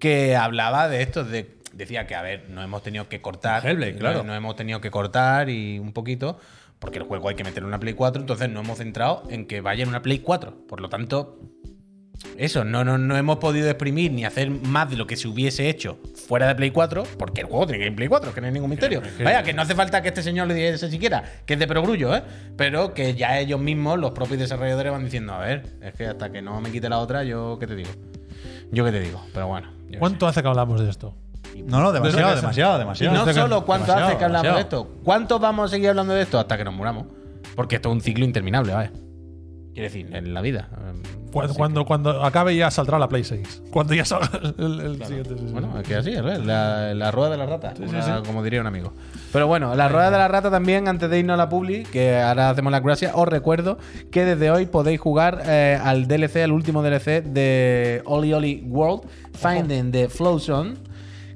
B: que hablaba de esto, de, decía que, a ver, no hemos tenido que cortar.
C: Hellblade, claro.
B: No hemos tenido que cortar y un poquito, porque el juego hay que meterlo en una Play 4, entonces no hemos centrado en que vaya en una Play 4. Por lo tanto, eso, no, no, no hemos podido exprimir ni hacer más de lo que se hubiese hecho fuera de Play 4, porque el juego tiene que ir en Play 4, que no hay ningún misterio. Vaya, que no hace falta que este señor le dijese siquiera, que es de perogrullo, ¿eh? Pero que ya ellos mismos, los propios desarrolladores, van diciendo, a ver, es que hasta que no me quite la otra, yo qué te digo. Yo qué te digo, pero bueno. yo qué
D: ¿Cuánto hace que hablamos de esto?
C: No, no, demasiado,
D: Desde-
C: demasiado,
B: sé. Y
C: demasiado.
B: no solo cuánto
C: Demasiado,
B: hace que hablamos de
C: demasiado.
B: esto, cuánto vamos a seguir hablando de esto hasta que nos muramos. Porque esto es un ciclo interminable, ¿vale? Quiere decir, en la vida. em,
D: Cuando, cuando, cuando acabe ya saldrá la Play 6. Cuando ya salga el, el siguiente. sí, sí.
B: Bueno, es que así, es la, la rueda de la rata,
D: sí,
B: una- como diría un amigo. Pero bueno, la rueda de la rata también, antes de irnos a la publi, que ahora hacemos las gracias, os recuerdo que desde hoy podéis jugar eh, al DLC, al último DLC de Oli Oli World, Finding the Flow Zone.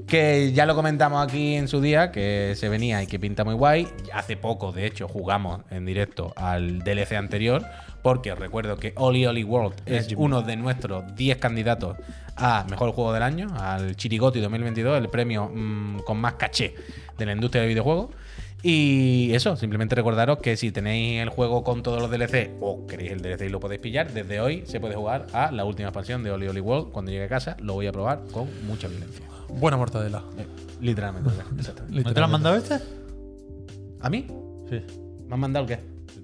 B: Que ya lo comentamos aquí en su día, que se venía y que pinta muy guay. Hace poco, de hecho, jugamos en directo al DLC anterior, porque os recuerdo que Oli Oli World es uno de nuestros 10 candidatos a Mejor Juego del Año, al Chirigoti 2022, el premio mm, con más caché de la industria del videojuego. Y eso, simplemente recordaros que si tenéis el juego con todos los DLC o queréis el DLC y lo podéis pillar, desde hoy se puede jugar a la última expansión de Oli Oli World. Cuando llegue a casa lo voy a probar con mucha violencia.
D: Buena mortadela.
B: Eh, Literalmente,
C: [laughs]
B: exactamente.
C: ¿No te lo han mandado este?
B: ¿A mí?
C: Sí.
B: ¿Me han mandado el qué?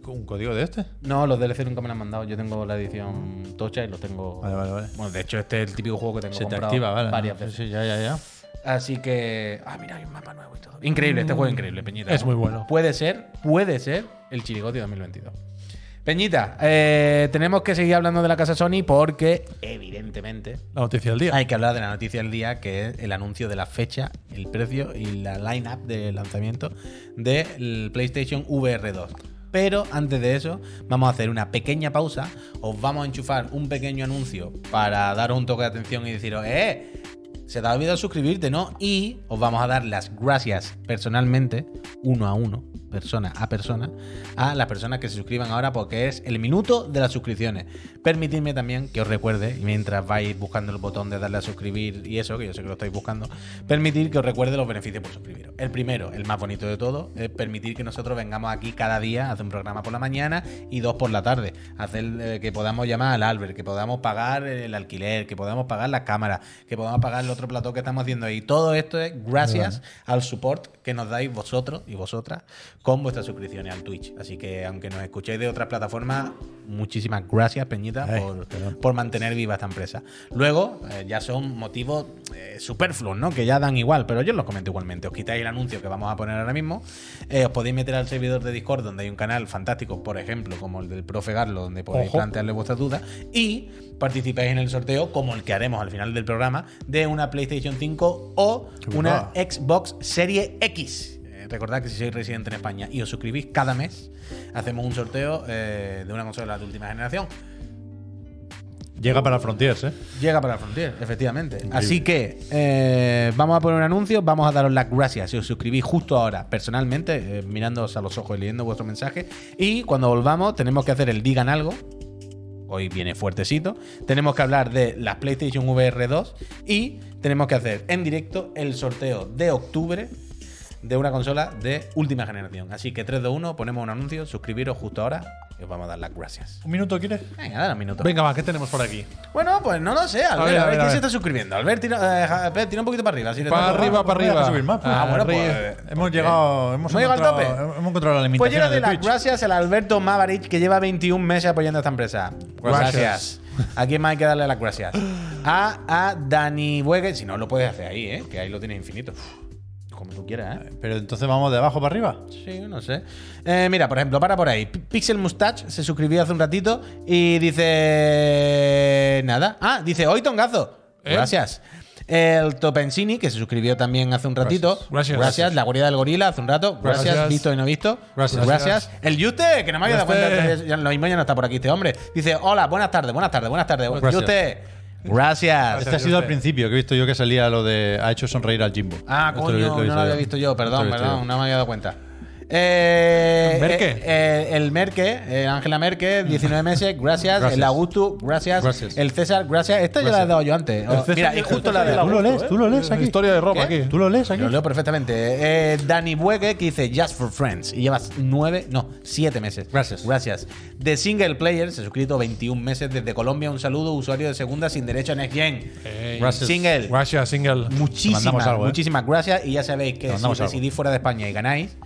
C: ¿Un código de este?
B: No, los DLC nunca me lo han mandado. Yo tengo la edición tocha y los tengo.
C: Vale, vale, vale.
B: Bueno, de hecho, este es el típico juego que tengo
C: Se te
B: comprado
C: activa, vale.
B: varias
C: Sí,
B: veces.
C: Sí, ya, ya, ya.
B: Así que. Ah, mira, hay un mapa nuevo y todo. Increíble, este juego es increíble, Peñita.
D: Es muy bueno.
B: Puede ser, puede ser el Chirigoti 2022. Peñita, eh, tenemos que seguir hablando de la casa Sony porque, evidentemente,
D: La noticia del día.
B: Ah, hay que hablar de la noticia del día, que es el anuncio de la fecha, el precio y la line-up de lanzamiento del PlayStation VR 2. Pero antes de eso, vamos a hacer una pequeña pausa. Os vamos a enchufar un pequeño anuncio para daros un toque de atención y deciros, ¡eh! Se te ha olvidado suscribirte, ¿no? Y os vamos a dar las gracias personalmente, uno a uno, persona a persona a las personas que se suscriban ahora porque es el minuto de las suscripciones. Permitidme también que os recuerde, y mientras vais buscando el botón de darle a suscribir y eso, que yo sé que lo estáis buscando, permitir que os recuerde los beneficios por suscribiros. El primero, el más bonito de todo, es permitir que nosotros vengamos aquí cada día, hacer un programa por la mañana y dos por la tarde. Hacer eh, que podamos llamar al Albert, que podamos pagar el alquiler, que podamos pagar las cámaras, que podamos pagar el otro plató que estamos haciendo ahí. Todo esto es gracias al support que nos dais vosotros y vosotras con vuestras suscripciones al Twitch. Así que aunque nos escuchéis de otras plataformas, muchísimas gracias, Peñita,
C: Ay,
B: por,
C: perdón.
B: por mantener viva esta empresa. Luego, eh, ya son motivos eh, superfluos, ¿no? Que ya dan igual, pero yo los comento igualmente. Os quitáis el anuncio que vamos a poner ahora mismo. eh, os podéis meter al servidor de Discord, donde hay un canal fantástico, por ejemplo, como el del profe Garlo, donde podéis
D: Ojo.
B: plantearle vuestras dudas. Y participáis en el sorteo, como el que haremos al final del programa, de una PlayStation 5 o
C: Qué
B: una
C: guapa.
B: Xbox Serie X. Eh, Recordad que si sois residente en España y os suscribís cada mes, hacemos un sorteo eh, de una consola de última generación.
C: Llega para Frontiers, ¿eh?
B: Llega para la Frontier, efectivamente. Así que eh, vamos a poner un anuncio, vamos a daros las gracias si os suscribís justo ahora, personalmente, eh, mirándoos a los ojos y leyendo vuestro mensaje. Y cuando volvamos, tenemos que hacer el digan algo. Hoy viene fuertecito. Tenemos que hablar de las PlayStation VR 2 y tenemos que hacer en directo el sorteo de octubre de una consola de última generación. Así que 3, 2, 1, ponemos un anuncio, suscribiros justo ahora y os vamos a dar las gracias.
C: ¿Un minuto quieres?
B: Venga, dale un minuto.
D: Venga, va, ¿qué tenemos por aquí?
B: Bueno, pues no lo sé. Albert, a ver,
D: ver, a ver,
B: quién
D: a ver.
B: se está suscribiendo. Albert, tira, eh, ja- Pep, tira un poquito para arriba. así le
D: Para
B: estamos-
D: arriba, para
C: Voy a
D: arriba.
C: subir más, Ah, pues.
B: Ah, bueno, pues,
D: Arriba.
C: Hemos llegado. Hemos
B: ¿No llega al
C: encontrado-
B: tope?
C: Hemos encontrado la
B: Pues
C: limitación
B: lleno de
C: de
B: las
C: Twitch.
B: gracias al Alberto Mavarich, que lleva 21 meses apoyando a esta empresa. Gracias.
C: Gracias.
B: ¿A quién más hay que darle las gracias? A, a Dani Buegue. Si no, lo puedes hacer ahí, ¿eh? Que ahí lo tienes infinito. Como tú quieras, ¿eh?
C: Pero entonces vamos de abajo para arriba. Este
B: Sí, no sé. Eh, mira, por ejemplo, para por ahí. P- Pixel Mustache se suscribió hace un ratito y dice. Nada. Ah, dice: Hoy tongazo.
D: ¿Eh?
B: Gracias. El Topensini, que se suscribió también hace un ratito.
D: Gracias.
B: Gracias. La Guardia del Gorila hace un rato. Gracias.
D: Gracias.
B: Visto y no visto.
D: Gracias.
B: Gracias. El Yuste, que no me había dado
D: Yuste.
B: cuenta. ya- Lo mismo ya no está por aquí este hombre. Dice: Hola, buenas tardes, buenas tardes, buenas tardes.
C: Gracias.
B: Yuste. Gracias.
C: Este ha sido al principio, que he visto yo que salía lo de. Ha hecho sonreír al Jimbo.
B: Ah,
C: Esto
B: coño,
C: he- he
B: no lo había
C: yo.
B: visto yo,
C: Esto
B: perdón,
C: lo he visto
B: perdón,
C: yo.
B: no me había dado cuenta. Eh,
D: ¿Merke?
B: eh, eh, el Merke, eh,
C: [laughs]
B: Ángela Merke, 19 meses, gracias.
C: Gracias.
B: El Augusto, gracias.
C: Gracias.
B: El César, gracias. Esta ya la he dado yo antes. Oh,
D: El César-
B: Ah, Mira, y
D: el
B: justo
D: César
B: la
D: ya
B: de.
D: la
C: Tú lo lees, tú lo lees
D: Es
C: aquí.
D: Historia de ropa
B: ¿Qué?
D: aquí.
C: Tú lo lees aquí.
B: Lo leo perfectamente. Eh, Dani Buegue que dice Just for Friends y llevas nueve, no, siete meses.
C: Gracias.
B: Gracias. The Single Player se ha suscrito 21 meses desde Colombia. Un saludo, usuario de segunda sin derecho a Next Gen.
D: Ey.
C: Gracias.
B: Single.
D: Gracias, single.
B: Muchísimas,
C: mandamos algo, ¿eh?
B: muchísimas gracias. Y ya sabéis que si
C: mandamos algo.
B: decidís fuera de España y ganáis,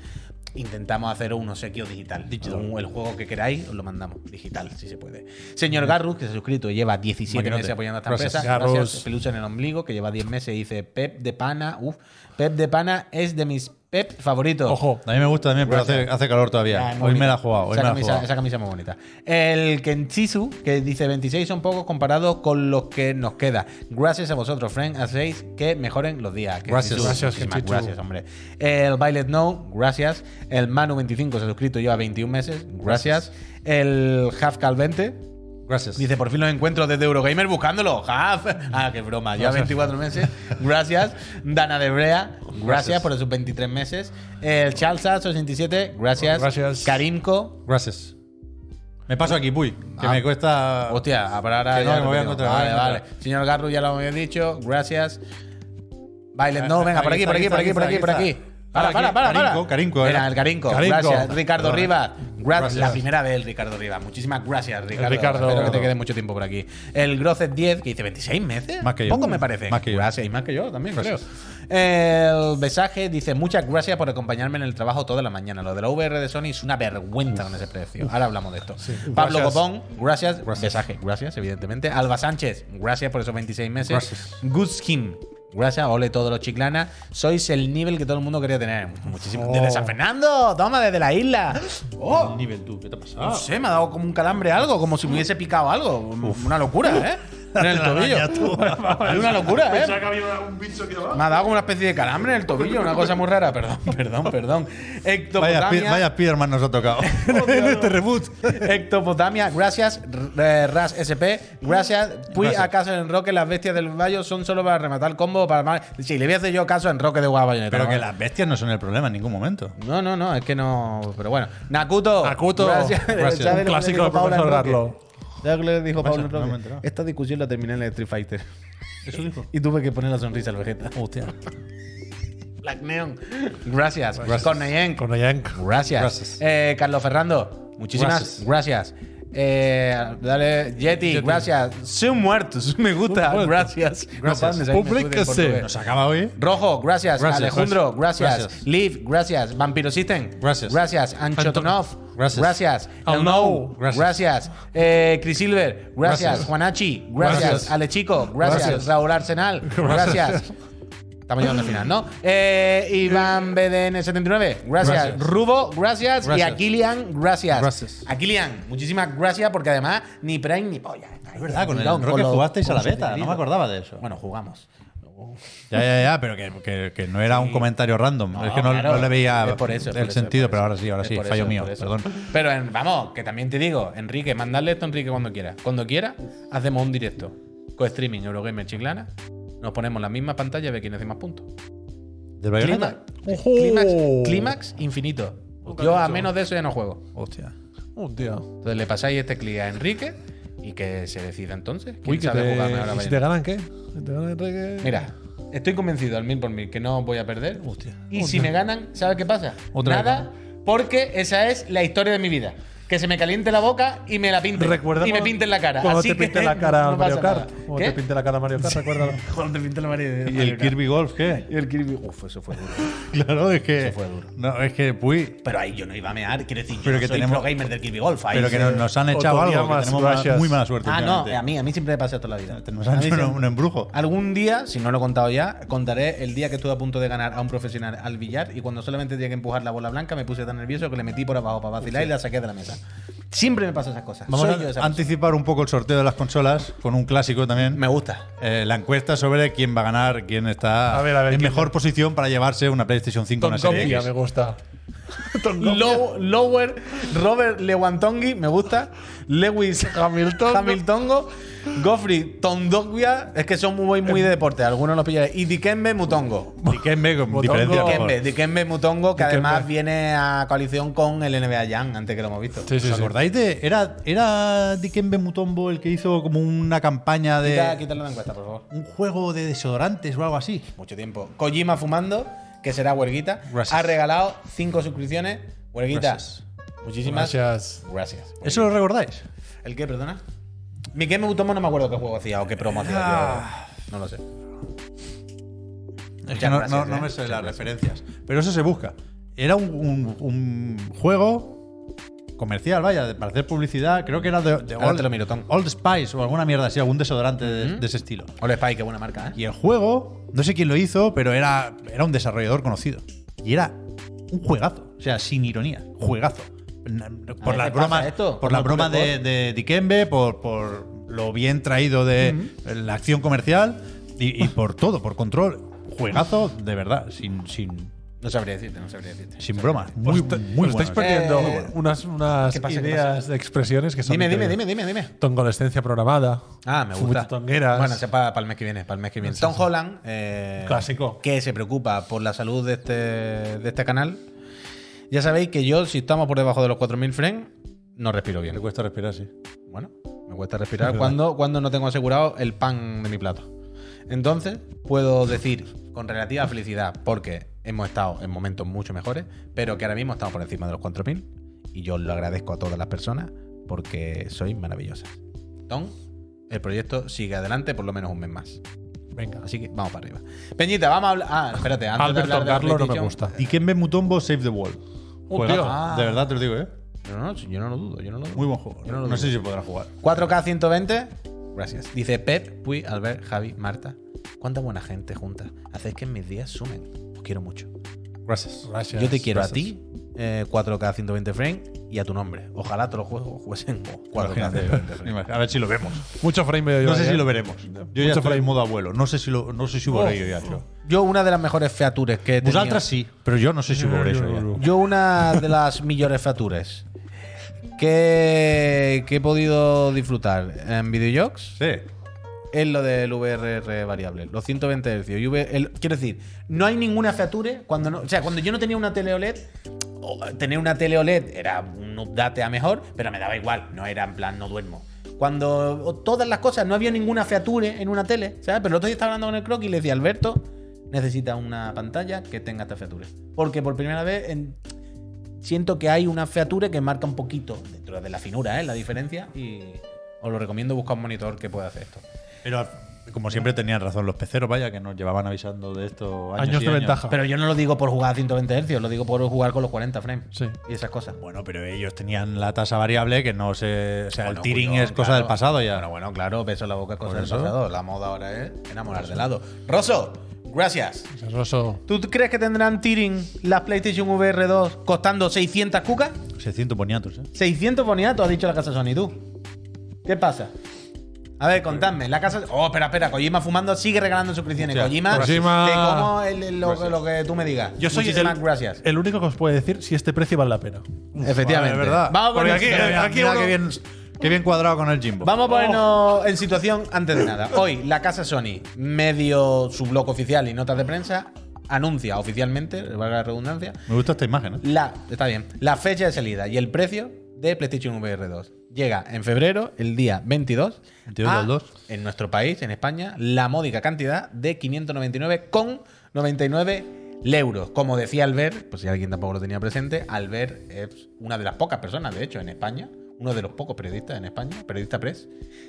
B: intentamos hacer un obsequio digital.
C: Digital.
B: Un- el juego que queráis, os lo mandamos. Digital, si se puede. Señor Garrus, que se ha suscrito y lleva 17
C: Maquinote.
B: meses apoyando a esta
C: Gracias,
B: empresa.
D: Garrus.
B: Gracias. Pelusa en el ombligo, que lleva 10 meses y dice Pep de Pana. Uf, Pep de Pana es de mis Pep favoritos.
D: Ojo.
C: A mí me gusta también, pero hace, hace calor
B: Ah,
C: todavía.
B: es muy
C: Hoy
B: bonita.
C: me la he jugado. Hoy
B: esa,
C: me la he
B: camisa,
C: jugado.
B: esa camisa es muy bonita. El Kenchisu, que dice 26 son pocos comparados con los que nos queda. Gracias a vosotros, friend. Hacéis que mejoren los días. Kenchisu,
C: Gracias.
D: Gracias,
B: muchísimas
D: Kenchisu.
B: Gracias, hombre. El Violet No, gracias. El Manu25 se ha suscrito lleva 21 meses. Gracias. El Half 20
C: Gracias.
B: Dice, por fin los encuentro desde Eurogamer buscándolo. Jaf. Ah, qué broma. Ya 24 meses. Gracias. Dana de Brea. Gracias, por esos 23 meses. El Chalsa 67. Gracias.
D: Gracias.
B: Karimco.
C: Gracias. Me paso aquí, puy. Que
B: Ah.
C: me cuesta.
B: Hostia, ah, para ahora
C: Que no,
B: ya
C: que me voy a
B: repetimos.
C: encontrar,
B: Vale,
C: me voy a
B: vale.
C: encontrar.
B: Señor Garru, ya lo había dicho. Gracias. Baile.
C: [laughs]
B: No,
C: Ah,
B: venga, por aquí,
C: aquí
B: por aquí,
C: está,
B: por aquí,
C: aquí
B: por aquí,
C: está,
B: por
C: aquí
B: aquí.
C: está.
B: Para,
C: Aquí,
B: para, para. para.
C: Carinco, Carinco,
B: Era
C: era.
B: el Carinco.
D: Carinco.
B: Gracias. Ricardo
C: Perdona.
B: Rivas. Gra-
C: Gracias.
B: La primera vez, el Ricardo Rivas. Muchísimas gracias, Ricardo.
D: Ricardo.
B: Espero que te quede mucho tiempo por aquí. El Grozet 10, que dice 26 meses.
C: Más que yo.
B: Poco me parece.
C: Más que yo.
B: Gracias, y más que yo también,
C: Gracias.
B: creo. El Besaje dice: Muchas gracias por acompañarme en el trabajo toda la mañana. Lo de la VR de Sony es una vergüenza con ese precio. Ahora hablamos de esto. Pablo
D: Gracias.
B: Copón, gracias. Besaje, gracias, evidentemente. Alba Sánchez, gracias por esos 26 meses.
C: Gracias.
B: Gutskin, gracias. Ole todos los chiclanas. Sois el nivel que todo el mundo quería tener. Muchísimas.
D: Oh.
B: Desde San Fernando, toma, desde la isla. Oh,
C: nivel tú? ¿Qué te ha
B: no
C: pasado?
B: sé, me ha dado como un calambre algo, como si me hubiese picado algo. Una locura, ¿eh? en el tobillo. [laughs] Es una locura, ¿eh?
D: Pensaba que había un bicho aquí abajo.
B: Me ha dado como una especie de calambre en el tobillo, una cosa muy rara. Perdón, perdón, perdón.
C: Vaya,
B: Ectopotamia.
C: Spi- vaya Spiderman nos ha
B: [laughs]
C: tocado en [laughs] este reboot.
B: Ectopotamia, gracias R- eh, Ras SP, gracias. Fui a caso en Roque, las bestias del valle son solo para rematar el combo, para armar- Sí, le voy a hacer yo caso en Roque de Guabayoneta.
C: Pero que las bestias no son el problema en ningún momento.
B: No, no, no, es que no. Pero bueno, Nakuto.
D: Nakuto, gracias.
B: ¿sabes
D: Un
B: lo que le
D: clásico
B: dijo
D: del
B: Paula
D: profesor
B: Enroque?
D: Garlo.
B: ¿Sabes lo que le dijo
C: pasa?
B: Paula
C: No
B: Enroque?
C: me he enterado.
B: Esta discusión la terminé en el Street Fighter.
D: Eso dijo.
B: [laughs] Y tuve que poner la sonrisa al Vegeta.
C: Hostia.
B: [laughs] Black Neon. Gracias. Con Neyen.
D: Con Oyank.
B: Gracias.
C: Gracias.
B: Eh, Carlos Ferrando, muchísimas gracias. Eh, dale, Yeti,
D: Yeti.
B: gracias. Son muertos, [laughs] me gusta,
D: Son muertos.
B: gracias.
D: Gracias.
B: pases, ahí me
D: Publíquese.
B: jode en portugués.
C: Nos acaba hoy.
B: Rojo, gracias.
C: Gracias.
B: Alejandro, gracias.
C: Gracias.
B: Liv, gracias. Vampiro System,
C: Gracias.
B: Gracias. Anchotonov,
C: Gracias.
B: Gracias.
D: Oh,
B: El
D: no.
B: No, gracias.
C: Gracias.
B: Eh, Chris Silver, gracias.
C: Gracias.
B: Juanachi, gracias.
C: Gracias.
B: Ale Chico, gracias.
C: Gracias. [laughs]
B: Raúl Arsenal, gracias. Estamos llegando al final, ¿no? Eh, Iván BDN79, gracias.
C: Gracias.
B: Rubo, gracias. Y
C: Gracias.
B: a Kilian, gracias.
C: Gracias.
B: A Kilian, muchísimas gracias porque además ni Prime ni polla. Es
C: verdad, con el Roque jugasteis a la beta. No me acordaba de eso.
B: Bueno, jugamos.
C: Ya, ya, ya, pero que, que- que no era un comentario random. es que no,
B: claro.
C: no le veía
B: Es por eso, es
C: el
B: por eso,
C: sentido,
B: es por
C: pero
B: eso.
C: ahora sí, ahora
B: Es
C: sí,
B: por
C: fallo
B: eso,
C: mío,
B: por eso.
C: perdón.
B: Pero en- vamos, que también te digo, Enrique, mandadle esto a Enrique cuando quiera. Cuando quiera, hacemos un directo. Co-streaming, Eurogamer Chiclana. Nos ponemos la misma pantalla y ve quién hace más puntos.
C: ¿Del
B: Clímax,
C: Bayonetta?
B: clímax, clímax infinito. Yo a menos de eso ya no juego.
C: Hostia.
D: Un tío.
B: Entonces le pasáis este clic a Enrique y que se decida entonces. ¿Quién
D: Uy, que
B: sabe
D: te,
B: jugarme ahora
D: ¿y si
B: mañana?
D: te ganan qué? Si te ganan Enrique.
B: Mira, estoy convencido al mil por mil que no voy a perder.
C: Hostia.
B: Y si me ganan, ¿sabes qué pasa?
C: Otra vez
B: Nada, porque esa es la historia de mi vida. Que se me caliente la boca y me la pinten.
D: Recuerda
B: y me
D: cuando-
B: pinten la cara.
D: Cuando
B: Así
D: te
B: que ¿eh?
D: pinte la cara
B: no
D: Mario
B: pasa
D: Kart.
B: nada.
D: Cuando
B: ¿Qué?
D: te pinte la cara Mario Kart, recuérdalo.
B: Cuando te pinten la Mario
C: ¿Y
B: Mario
C: el
B: Kart.
C: Kirby Golf qué?
B: Y el Kirby. Uf, eso fue duro.
C: Claro, es que.
B: Eso fue duro.
C: No, es que, uy.
B: Pero ahí yo no iba a mear. Quiero decir, yo
C: Pero
B: no
C: que
B: soy
C: tenemos-
B: pro gamer del Kirby Golf. ahí
C: Pero que
B: sí.
C: nos, nos han echado
D: Otro día
C: algo. que
D: más,
C: tenemos mala-
D: gracias.
C: muy mala suerte.
B: Ah, no,
C: últimamente.
B: a mí, a mí siempre me pasa toda la vida.
C: Nos
B: A
C: han
B: mí
C: hecho
B: siempre-
C: un, un embrujo.
B: Algún día, si no lo he contado ya, contaré el día que estuve a punto de ganar a un profesional al billar y cuando solamente tenía que empujar la bola blanca me puse tan nervioso que le metí por abajo para vacilar y la saqué de la mesa. Siempre me pasan esas cosas.
C: Vamos
B: Soy yo
C: a
B: esa
C: anticipar un poco el sorteo de las consolas con un clásico también.
B: persona. Me gusta.
C: Eh, la encuesta sobre quién va a ganar, quién está
D: A ver, a ver,
C: en
D: ¿quién
C: mejor posición para llevarse una PlayStation 5 o una serie
D: Tongopia
C: X.
D: me gusta.
B: Low- lower, Robert Lewantongi, me gusta. Lewis Hamilton, Hamiltongo, Goffrey Tondogbia, es que son muy, muy de deporte, algunos los pillaré. Y Dikembe Mutongo.
C: Dikembe con
D: Motongo.
C: diferencia. por favor.
B: Dikembe, Dikembe Mutongo, que
D: Dikembe.
B: además viene a coalición con el NBA Young, antes que lo hemos visto.
D: Sí, sí,
C: ¿Os
D: sí.
C: acordáis de.? Era, era Dikembe Mutombo el que hizo como una campaña de.
B: Quita- Quítale la encuesta, por favor.
C: un juego de desodorantes o algo así.
B: Mucho tiempo. Kojima fumando, que será huerguita,
C: Gracias.
B: ha regalado cinco suscripciones. Huerguita, muchísimas gracias.
D: Gracias.
C: ¿Eso lo recordáis?
B: ¿El qué, perdona? Mi Game Utomo no me acuerdo qué juego hacía o qué promo hacía. yo No lo sé.
C: Es que no,
B: gracias,
C: no- no
B: ¿eh?
C: me sé las referencias. Pero eso se busca. Era un, un- un juego comercial, vaya, de- para hacer publicidad. Creo que era de, de
B: Ahora te lo miro, Tom.
C: Old Spice o alguna mierda así, algún desodorante de, de ese estilo.
B: Hola Spy, qué buena marca, ¿eh?
C: Y el juego, no sé quién lo hizo, pero era, era un desarrollador conocido. Y era un juegazo. O sea, sin ironía, juegazo. Na- Por
B: veces
C: las
B: pasa
C: bromas,
B: esto,
C: por
B: como
C: las bromas
B: Pull
C: de, de Dikembe, por, por lo bien traído de la acción comercial y, y por todo, por control. Juegazo, de verdad, sin, sin,
B: No sabría decirte, no sabría decirte.
C: sin bromas.
D: Muy,
C: Muy,
D: os te-
C: muy
D: os estáis
C: bueno.
D: perdiendo
B: Eh, bueno.
D: unas, unas
B: ¿Qué pasa, qué
D: ideas de expresiones que son.
B: Dime, dime, dime,
D: increíbles.
B: dime, dime.
D: Tongolescencia programada.
B: Ah, me gusta.
D: Fumitongueras.
B: Bueno, para el mes que viene, para el mes que viene. Tom Holland, eh,
D: Clásico.
B: que se preocupa por la salud de este, de este canal. Ya sabéis que yo, si estamos por debajo de los 4.000 frames, no respiro bien.
C: cuesta respirar, sí.
B: Bueno, me cuesta
D: [laughs]
B: respirar cuando, cuando no tengo asegurado el pan de mi plato. Entonces, puedo decir con relativa felicidad, porque hemos estado en momentos mucho mejores, pero que ahora mismo estamos por encima de los 4.000. Y yo lo agradezco a todas las personas porque sois maravillosas. Tom, el proyecto sigue adelante por lo menos un mes más.
D: Venga.
B: Así que vamos para arriba. Peñita, vamos a hablar. Ah, espérate, antes de
D: Alberto
B: hablar de la
D: Carlo no me
B: PlayStation-
D: gusta.
C: Dikembe Mutombo Save the World. Juegazo.
B: Ah.
C: De verdad te lo digo, ¿eh?
B: No, no, yo no lo dudo, yo no lo dudo.
C: Muy buen juego.
B: Yo no lo
C: No,
B: dudo.
C: sé si podrá jugar.
B: 4K 120. Gracias. Dice Pep, Puy, Albert, Javi, Marta. Cuánta buena gente juntas. Hacéis que en mis días sumen. Os quiero mucho.
C: Gracias.
D: Gracias.
B: Yo te quiero a
C: gracias.
B: ti, eh, 4K 120 frames. y a tu nombre. Ojalá te los juegos juguesen con 4K.
C: [laughs]
B: [laughs]
C: Imagínate, imagínate. A ver si lo vemos.
D: Mucho frame ¿eh? medio
C: No
D: yo
C: sé
D: ayer.
C: si lo veremos. Yo ya
D: Mucho
C: estoy Oh.
D: frame.
C: en modo abuelo. No sé si lo, no sé si ho veuré jo ja, això.
B: Yo una de las mejores features que he tenido.
C: Vosaltres sí, però jo no sé si ho veuré això ja.
B: Yo una de las mejores features que, que he podido disfrutar en videojuegos
C: Sí.
B: es lo del VRR variable, los 120 Hz. Y V- el- quiero decir, no hay ninguna feature cuando no, o sea, cuando yo no tenía una tele OLED, o, eh, tener una tele OLED era un update a mejor, pero me daba igual, no era en plan no duermo. Cuando o- todas las cosas, no había ninguna feature en una tele, ¿sabes? Pero el otro día estaba hablando con el croc y le decía, Alberto, necesita una pantalla que tenga esta feature. Porque por primera vez en- siento que hay una feature que marca un poquito, dentro de la finura, ¿eh? La diferencia y os lo recomiendo buscar un monitor que pueda hacer esto.
C: Pero como siempre tenían razón los peceros, vaya, que nos llevaban avisando de esto años,
D: Años
C: y
D: de ventaja.
B: Pero yo no lo digo por jugar a 120 Hz, lo digo por jugar con los 40 frames.
D: Sí.
B: Y esas cosas.
C: Bueno, pero ellos tenían la tasa variable que no se. O sea,
B: Bueno,
C: el tearing
B: Julio,
C: es cosa
B: claro.
C: del pasado ya.
B: Bueno, bueno, claro, beso en la boca es cosa
C: Por
B: del
C: eso.
B: pasado. La moda ahora es enamorar de lado. Rosso, gracias.
D: Rosso.
B: ¿Tú crees que tendrán tearing las PlayStation VR 2 costando 600 cucas?
C: 600 boniatos, ¿eh?
B: 600 boniatos, ha dicho la casa Sony, tú. ¿Qué pasa? A ver, contadme. La casa. Oh, espera, espera. Kojima fumando sigue regalando suscripciones.
C: Hostia,
B: Kojima,
D: Kojima.
B: te como el- el- lo, lo que tú me digas.
D: Yo soy
B: Muchísimas
D: el,
B: gracias.
D: el único que os puede decir si este precio vale la pena.
B: Efectivamente.
C: Vale, ¿verdad?
B: Vamos con
C: Porque
B: el
C: aquí,
B: siguiente.
C: mira, mira qué, bien, qué bien cuadrado con el Jimbo.
B: Vamos a ponernos en situación antes de nada. Hoy, la casa Sony, medio su blog oficial y notas de prensa, anuncia oficialmente, valga la redundancia,
C: Me gusta esta imagen, ¿eh?
B: la, está bien, la fecha de salida y el precio de PlayStation VR 2. Llega en febrero, el día 22,
C: 22 del 2.
B: en nuestro país, en España, la módica cantidad de 599,99 euros. Como decía Albert, pues si alguien tampoco lo tenía presente, Albert es una de las pocas personas, de hecho, en España, uno de los pocos periodistas en España, periodista press,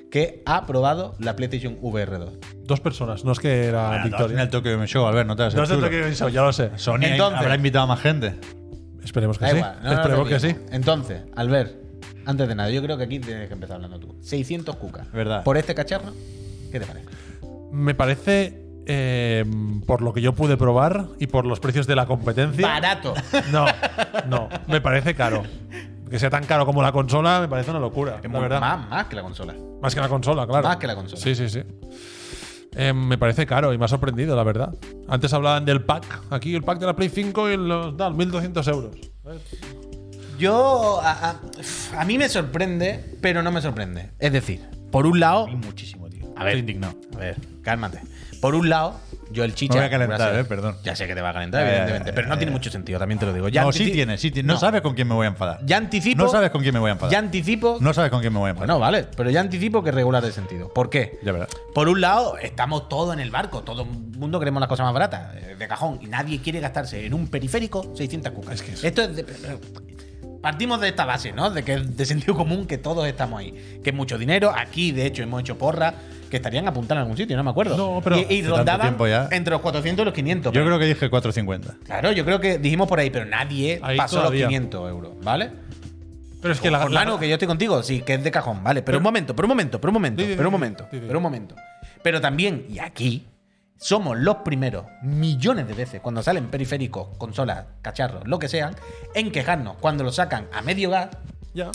B: que ha probado la PlayStation VR 2.
D: Dos personas, no es que era
C: Bueno, dos en
D: Victoria.
C: el Tokyo Game Show, Albert, no te hagas el
D: Dos del
C: chulo.
D: Tokyo Game Show, ya lo sé.
C: Sony ahí
B: Entonces-
C: habrá invitado a más gente.
D: Esperemos que
C: Pues
B: Da
D: sí.
B: igual, no, no,
D: Esperemos
B: no
D: que sí.
B: pillamos. Entonces, Albert, antes de nada, yo creo que aquí tienes que empezar hablando tú. 600 cucas.
C: Verdad.
B: Por este cacharro, ¿qué te parece?
D: Me parece, eh, por lo que yo pude probar y por los precios de la competencia.
C: [laughs]
B: Barato.
D: No, no, me parece caro. Que sea tan caro como la consola me parece una locura, la verdad.
B: Más, más que la consola.
D: Más que la consola, claro.
B: Más que la consola.
D: Sí, sí, sí. Eh, me parece caro y me ha sorprendido, la verdad. Antes hablaban del pack. Aquí el pack de la Play 5 y los da, 1200 euros.
B: Yo. A, a- uf, a mí me sorprende, pero no me sorprende. Es decir, por un lado.
C: Muchísimo, tío.
B: A ver. A ver, cálmate. Por un lado, yo el chicha.
C: Me voy a calentar, eh, perdón.
B: Ya sé que te va a calentar,
C: Ya, ya,
B: evidentemente.
C: ya,
B: pero no
C: ya,
B: tiene
C: ya.
B: mucho sentido, también te lo
D: Pues
B: digo. Ya
C: no, sí
B: antici-
C: tiene, sí tiene. No, sabes con quién me voy a enfadar.
B: Ya anticipo.
C: No sabes con quién me voy a enfadar.
B: Ya anticipo.
C: No sabes con quién me voy a enfadar.
B: Bueno, vale, pero ya anticipo que regular de sentido. ¿Por qué?
C: Ya verás.
B: Por un lado, estamos todos en el barco, todo el mundo queremos las cosas más baratas, eh, de cajón, y nadie quiere gastarse en un periférico 600 cucas. Esto es de- Partimos de esta base, ¿no? De que es de sentido común que todos estamos ahí. Que es mucho dinero. Aquí, de hecho, hemos hecho porras que estarían apuntando en algún sitio, no me acuerdo.
D: No, pero
B: y, y
C: hace tanto
B: rondaban
C: tiempo ya.
B: entre los 400 y los 500.
C: Yo
B: pero-
C: creo que dije 450.
B: Claro, yo creo que dijimos por ahí, pero nadie
D: Ahí
B: pasó
D: todavía.
B: los 500 euros, ¿vale?
D: Pero es que la,
B: Por
D: la-
B: Manu, que yo estoy contigo, sí, que es de cajón, vale. Pero un momento, pero un momento, pero un momento,
D: Sí, sí,
B: pero un
D: sí,
B: momento,
D: sí, sí.
B: pero un momento. Pero también, y aquí, somos los primeros, millones de veces, cuando salen periféricos, consolas, cacharros, lo que sean, en quejarnos cuando lo sacan a medio gas
D: Ya.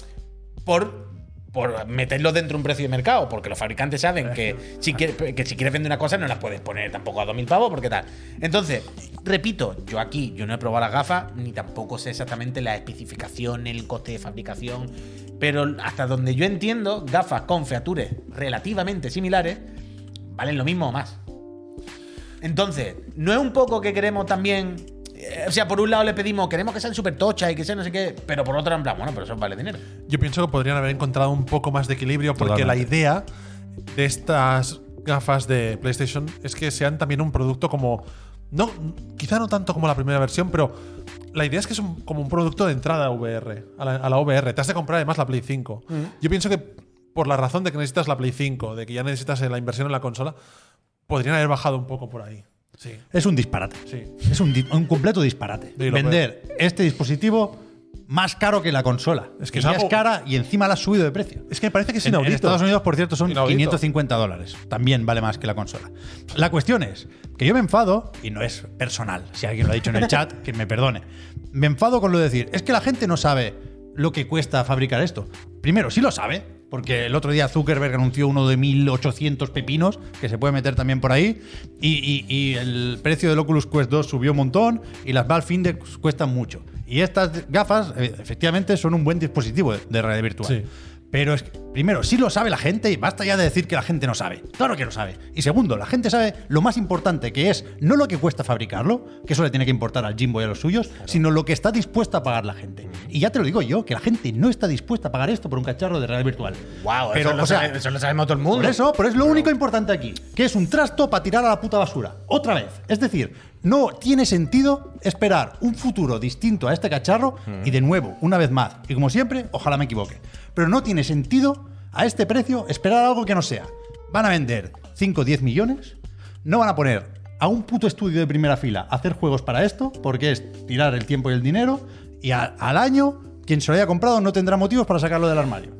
B: por, por meterlo dentro de un precio de mercado, porque los fabricantes saben que si, quieres, que si quieres vender una cosa no las puedes poner tampoco a 2.000 pavos, porque tal. Entonces, repito, yo aquí yo no he probado las gafas, ni tampoco sé exactamente la especificación, el coste de fabricación, pero hasta donde yo entiendo, gafas con features relativamente similares valen lo mismo o más. Entonces, ¿no es un poco que queremos también... eh, O sea, por un lado le pedimos, queremos que sean súper tochas y que sean no sé qué, pero por otro, en plan, bueno, pero eso vale dinero.
D: Yo pienso que podrían haber encontrado un poco más de equilibrio porque
C: Totalmente.
D: la idea de estas gafas de PlayStation es que sean también un producto como no quizá no tanto como la primera versión, pero la idea es que es un- como un producto de entrada a VR, a la, a la VR. Te has de comprar además la Play 5. Yo pienso que por la razón de que necesitas la Play 5, de que ya necesitas eh, la inversión en la consola, podrían haber bajado un poco por ahí. Sí,
C: Es un disparate.
D: sí.
C: Es un, di- un completo disparate.
D: Sí, lo
C: Vender este dispositivo más caro que la consola.
D: Es que
C: Y
D: es
C: ya
D: algo-
C: es cara y encima la has subido de precio.
D: Es que me parece que es
C: En- En,
D: inaudito.
C: Estados Unidos, por cierto, son
D: Inaudito.
C: 550 dólares. También vale más que la consola. La cuestión es que yo me enfado, y no es personal, si alguien lo ha dicho en el chat, que me perdone. Me enfado con lo de decir, es que la gente no sabe lo que cuesta fabricar esto. Primero, sí lo sabe, porque el otro día Zuckerberg anunció uno de 1800 pepinos, que se puede meter también por ahí, y, y- y el precio del Oculus Quest 2 subió un montón, y las Valve Index cuestan mucho. Y estas gafas, eh, efectivamente, son un buen dispositivo de, de realidad virtual.
D: Sí.
C: Pero es que, primero, sí lo sabe la gente y basta ya de decir que la gente no sabe. Claro que lo sabe. Y segundo, la gente sabe lo más importante que es no lo que cuesta fabricarlo, que eso le tiene que importar al Jimbo y a los suyos, sino lo que está dispuesta a pagar la gente. Y ya te lo digo yo, que la gente no está dispuesta a pagar esto por un cacharro de realidad virtual.
B: Wow,
C: Pero,
B: eso, lo
C: o sea,
B: sabe- eso lo sabemos todo el mundo.
C: por eso, pero es lo único importante aquí, que es un trasto para tirar a la puta basura. Otra vez. Es decir, no tiene sentido esperar un futuro distinto a este cacharro y de nuevo, una vez más, y como siempre, ojalá me equivoque, pero no tiene sentido a este precio esperar algo que no sea. Van a vender 5 o 10 millones, no van a poner a un puto estudio de primera fila a hacer juegos para esto, porque es tirar el tiempo y el dinero, y a- al año quien se lo haya comprado no tendrá motivos para sacarlo del armario.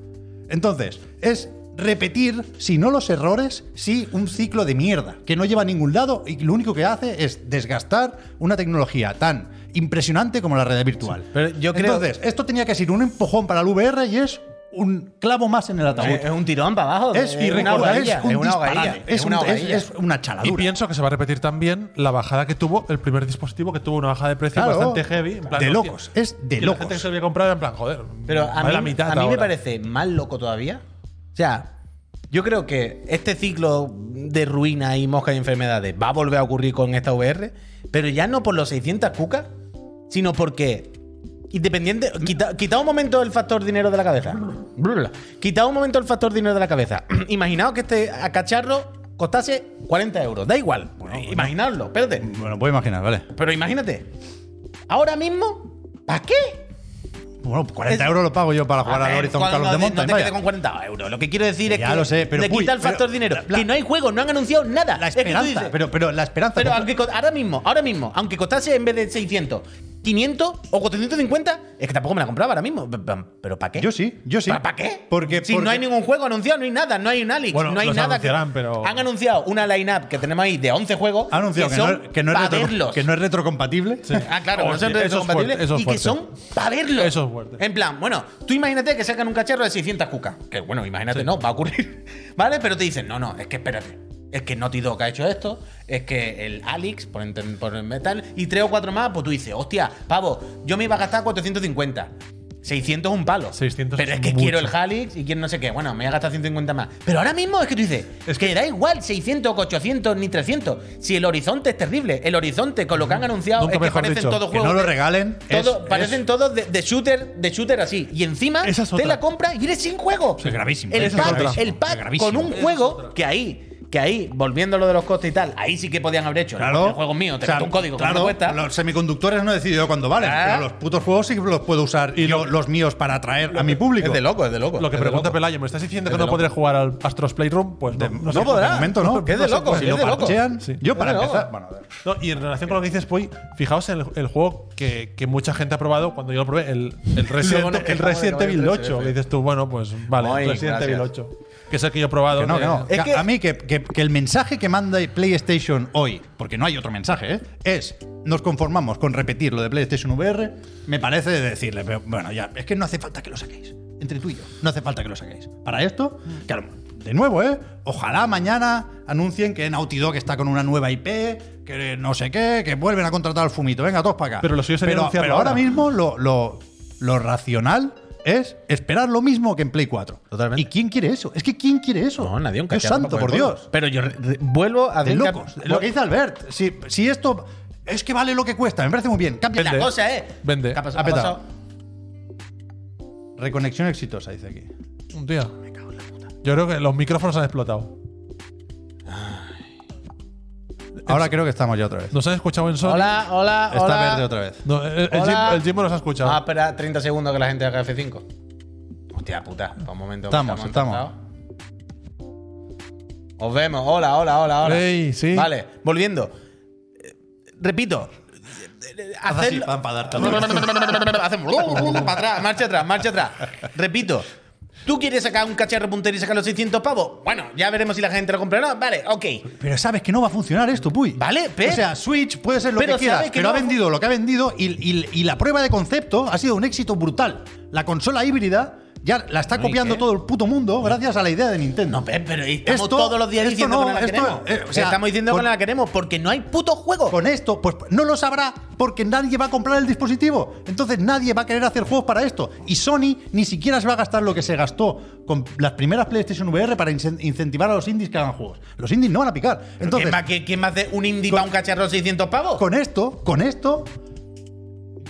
C: Entonces, es repetir, si no los errores, sí un ciclo de mierda, que no lleva a ningún lado y lo único que hace es desgastar una tecnología tan impresionante como la red virtual.
B: pero yo creo-
C: Entonces, esto tenía que ser un empujón para el VR y es un clavo más en el ataúd.
B: Es, es un tirón para abajo.
C: Es, y
B: una
C: recordad,
B: ahogadilla,
C: es un
B: es una ahogadilla,
C: disparate, es
B: es
C: un-
B: una
C: es-
B: ahogadilla.
C: es una
D: Y
C: chaladura.
D: pienso que se va a repetir también la bajada que tuvo el primer dispositivo, que tuvo una bajada de precio
C: Claro.
D: bastante heavy. en plan,
C: De
D: hostia.
C: locos, es de
D: Y La gente
C: locos.
D: que se lo había comprado era en plan, joder.
B: Pero a
D: vale
B: mí,
D: la mitad
B: a mí me
D: ahora.
B: parece más loco todavía. O sea, yo creo que este ciclo de ruina y moscas y enfermedades va a volver a ocurrir con esta VR, pero ya no por los 600 cucas, sino porque. Independiente. Quita, quita un momento el factor dinero de la cabeza. Brula. Quita un momento el factor dinero de la cabeza. [clears throat] Imaginaos que este cacharro costase 40 euros. Da igual. Imaginaoslo, espérate.
C: Bueno, puedo imaginar, vale.
B: Pero imagínate. Ahora mismo, ¿para qué?
C: Bueno, 40
B: Es-
C: euros lo pago yo para jugar
B: A
C: al
B: ver,
C: Horizon
B: cuando
C: Carlos de
B: no te-
C: Mountain.
B: No te quedes
C: vaya.
B: con 40 euros. Lo que quiero decir es
C: Ya
B: que
C: lo sé, pero,
B: le
C: uy,
B: quita el
C: pero-
B: factor dinero.
C: la-
B: que no hay juego, no han anunciado nada.
C: La
B: Es que tú
C: esperanza,
B: dices-
C: pero, pero la esperanza.
B: pero
C: que-
B: aunque co- ahora mismo, ahora mismo, aunque costase en vez de 600, 500 o 450, es que tampoco me la compraba ahora mismo. P- p- ¿Pero para qué?
C: Yo sí, yo sí.
B: ¿Para, qué?
C: Porque-
B: si
C: porque-
B: no hay ningún juego anunciado, no hay nada, no hay un Alex,
D: Bueno,
B: no hay
D: los
B: nada.
D: anunciarán, pero-
B: Han anunciado una line-up que tenemos ahí de 11 juegos.
C: ha anunciado que,
B: son
C: no, que no es
B: pa'
C: retro-
B: verlos.
C: que no es retrocompatible.
B: Ah, claro,
D: Oye,
B: no son
D: Oh, eso es
B: retrocompatibles
D: fuerte, eso es
B: y que
D: fuerte.
B: son para verlo.
D: Eso es fuerte.
B: En plan, bueno, tú imagínate que sacan un cacharro de 600 cucas. Que bueno, imagínate, no, va a ocurrir. [laughs] ¿Vale? Pero te dicen, no, no, es que espérate. Es que Naughty Dog ha hecho esto, es que el Alex, por, enten- por el metal, y tres o cuatro más, pues tú dices, hostia, pavo, yo me iba a gastar 450. 600 es un palo.
D: 600
B: Pero es
D: es
B: que
D: mucho.
B: quiero el Halix y quiero no sé qué. Bueno, me voy a gastar 150 más. Pero ahora mismo es que tú dices, es que da igual 600, 800, ni 300. Si el horizonte es terrible, el horizonte con lo que han anunciado
D: Nunca
B: es que
D: mejor
B: parecen
D: dicho,
B: todos
C: que
B: juegos.
C: no lo
B: de-
C: regalen.
B: todo-
C: es-
B: parecen
C: es-
B: todos de, de shooter, de shooter así. Y encima
D: Esa es
B: te
D: otra.
B: la compras y eres sin juego.
C: es gravísimo.
B: El
C: Esa
D: es
B: pack,
D: otra.
B: el pack
C: Es gravísimo.
B: con un
C: Esa
B: juego que ahí. Que ahí, volviendo a lo de los costes y tal, ahí sí que podían haber hecho.
C: Claro.
B: El juego es mío, te
C: O sea,
B: meto un código que no
C: claro,
B: me cuesta.
C: Los semiconductores no he decidido yo cuándo valen,
B: Ah.
C: pero los putos juegos sí que los puedo usar y lo- los míos para atraer a mi público.
B: Es de loco, es de loco.
D: Lo que
B: es de
D: pregunta
B: loco.
D: Pelayo, ¿me estás diciendo
B: Es
D: que
B: de
D: no
B: loco.
D: podré jugar al Astros Playroom? Pues no.
C: De-
D: no
C: sé,
D: sé.
B: podrá.
C: de momento no.
B: Que es de
C: No sé,
B: loco,
C: Si
B: que es
C: lo
B: de loco.
C: parchean,
D: Sí.
C: Yo
B: Es
C: para
B: de loco.
C: empezar. Bueno, a ver.
D: No, y en relación con lo que dices, Puy, fijaos en el, el juego que, que mucha gente ha probado cuando yo lo probé, el, el
B: [laughs] Luego
D: Resident,
B: nos
D: el
B: quejamos de
D: Resident
B: que vaya
D: Evil
B: 13,
D: 8.
B: F.
D: Que dices tú, bueno, pues vale,
B: Ay,
D: Resident
B: gracias.
D: Evil 8. Que es el que yo he probado.
C: Que no,
D: de-
C: que no.
B: Es
C: Que
B: que-
C: a mí que, que- que el mensaje que manda PlayStation hoy, porque no hay otro mensaje, ¿eh? es nos conformamos con repetir lo de PlayStation VR, me parece de decirle, pero, bueno, ya, es que no hace falta que lo saquéis, entre tú y yo, no hace falta que lo saquéis. Para esto, claro, de nuevo, ¿eh? Ojalá mañana anuncien que Naughty Dog está con una nueva IP, que no sé qué, que vuelven a contratar al fumito, venga, todos para acá.
D: Pero lo suyo sería
C: pero,
D: anunciarlo
C: pero ahora
D: ahora.
C: mismo lo, lo- lo racional es esperar lo mismo que en Play 4.
B: Totalmente.
C: ¿Y quién quiere eso? Es que ¿quién quiere eso?
B: No, nadie un
C: Dios
B: cacharro
C: santo,
B: para
C: por
B: poder
C: Dios.
B: jugar. Pero yo re- re- vuelvo a
C: De
B: hacer
C: locos.
B: cap-
C: Lo que dice Albert, si, si esto es que vale lo que cuesta, me parece muy bien. Cambia
B: La
C: la cosa.
B: cosa es.
D: Vende.
B: ¿Qué ha pasado?
C: Ha
B: ¿Ha
C: petado.
B: pasado?
C: Reconexión exitosa, dice aquí.
D: Un día. Yo creo que los micrófonos han explotado.
C: Ahora creo que estamos ya otra vez.
D: ¿Nos han escuchado en Sony?
B: Hola, hola,
C: Está
B: hola.
C: verde otra vez.
D: No, el, el
B: Hola.
D: Jimbo- el Jimbo nos ha escuchado.
C: Ah,
B: Vamos a esperar 30 segundos que la gente haga F5. Hostia puta, para un momento. que
C: Estamos, estamos.
B: encantados. Os vemos. Hola, hola, hola, hola.
D: Ey, sí.
B: Vale, volviendo. Eh, Repito.
C: Haz así,
B: Hacer...
C: pam, pa' darte
B: uh, Hacen para atrás, marcha atrás, marcha atrás. Repito. ¿Tú quieres sacar un cacharro puntero y sacar los 600 pavos? Bueno, ya veremos si la gente lo compra o no. Vale, ok.
C: Pero sabes que no va a funcionar esto, Puy.
B: Vale, pero-
C: O sea, Switch puede ser lo
B: pero
C: que quieras,
B: sabes que
C: pero
B: no
C: ha
B: va a
C: vendido lo que ha vendido y, y- y la prueba de concepto ha sido un éxito brutal. La consola híbrida ya la está
B: ¿y
C: copiando
B: qué?
C: todo el puto mundo gracias a la idea de Nintendo.
B: No, pe- pero estamos
C: Esto-
B: todos los días
C: esto
B: diciendo
C: no,
B: que no la
C: esto-
B: queremos.
C: eh, o sea,
B: estamos diciendo
C: con-
B: que no la queremos porque no hay puto juego.
C: Con esto, pues no lo sabrá porque nadie va a comprar el dispositivo. Entonces nadie va a querer hacer juegos para esto. Y Sony ni siquiera se va a gastar lo que se gastó con las primeras PlayStation VR para incen- incentivar a los indies que hagan juegos. Los indies no van a picar. Entonces,
B: ¿Quién más, qué- quién más hace un indie para un cacharro de 600 pavos?
C: con esto, con esto,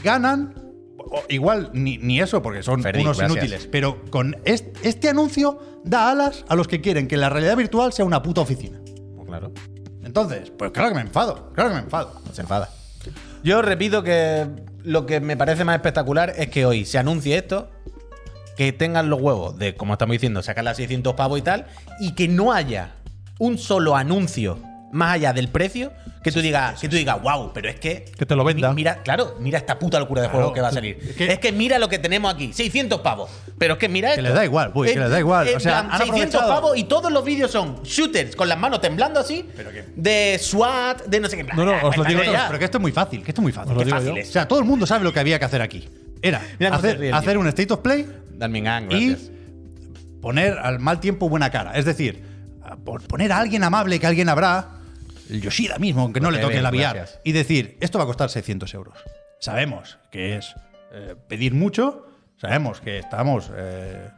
C: ganan. o- Igual ni, ni eso, porque son
B: Ferdi,
C: unos
B: gracias.
C: inútiles. Pero con est- este, anuncio da alas a los que quieren que la realidad virtual sea una puta oficina.
B: Pues Claro.
C: Entonces, pues claro que me enfado. Claro que me enfado.
B: Se enfada. Yo repito que lo que me parece más espectacular es que hoy se anuncie esto, que tengan los huevos de, como estamos diciendo, sacar las 600 pavos y tal, y que no haya un solo anuncio más allá del precio que tú digas, que tú digas, wow, pero es que
D: Que te lo venda.
B: mi- Mira, claro, mira esta puta locura de juego que va a salir. Es que, mira lo que tenemos aquí, 600 pavos. Pero es que mira
C: Que
B: esto.
C: les da igual, Puy, que
B: Eh,
C: les da igual.
B: en
C: O sea,
B: plan,
C: han
B: 600
C: aprovechado.
B: pavos y todos los vídeos son shooters con las manos temblando así, de SWAT, de no sé qué. pues,
D: No, no, os lo digo
B: ya.
D: yo,
C: Pero que esto es muy fácil, que esto es muy fácil.
D: Os lo
C: Qué
D: digo
C: fácil
D: yo.
C: es. O sea, todo el mundo sabe lo que había que hacer aquí. Era
B: Mira cómo se
C: hacer,
B: ríe el
C: hacer un state of play
B: Darmingham,
C: y
B: gracias.
C: poner al mal tiempo buena cara. Es decir, a- por poner a alguien amable que alguien habrá, el Yoshida mismo, aunque no le
B: Porque
C: toque la
B: ves,
C: VR,
B: Pues gracias.
C: y decir, esto va a costar 600 euros. Sabemos que es eh, pedir mucho, sabemos que estamos eh,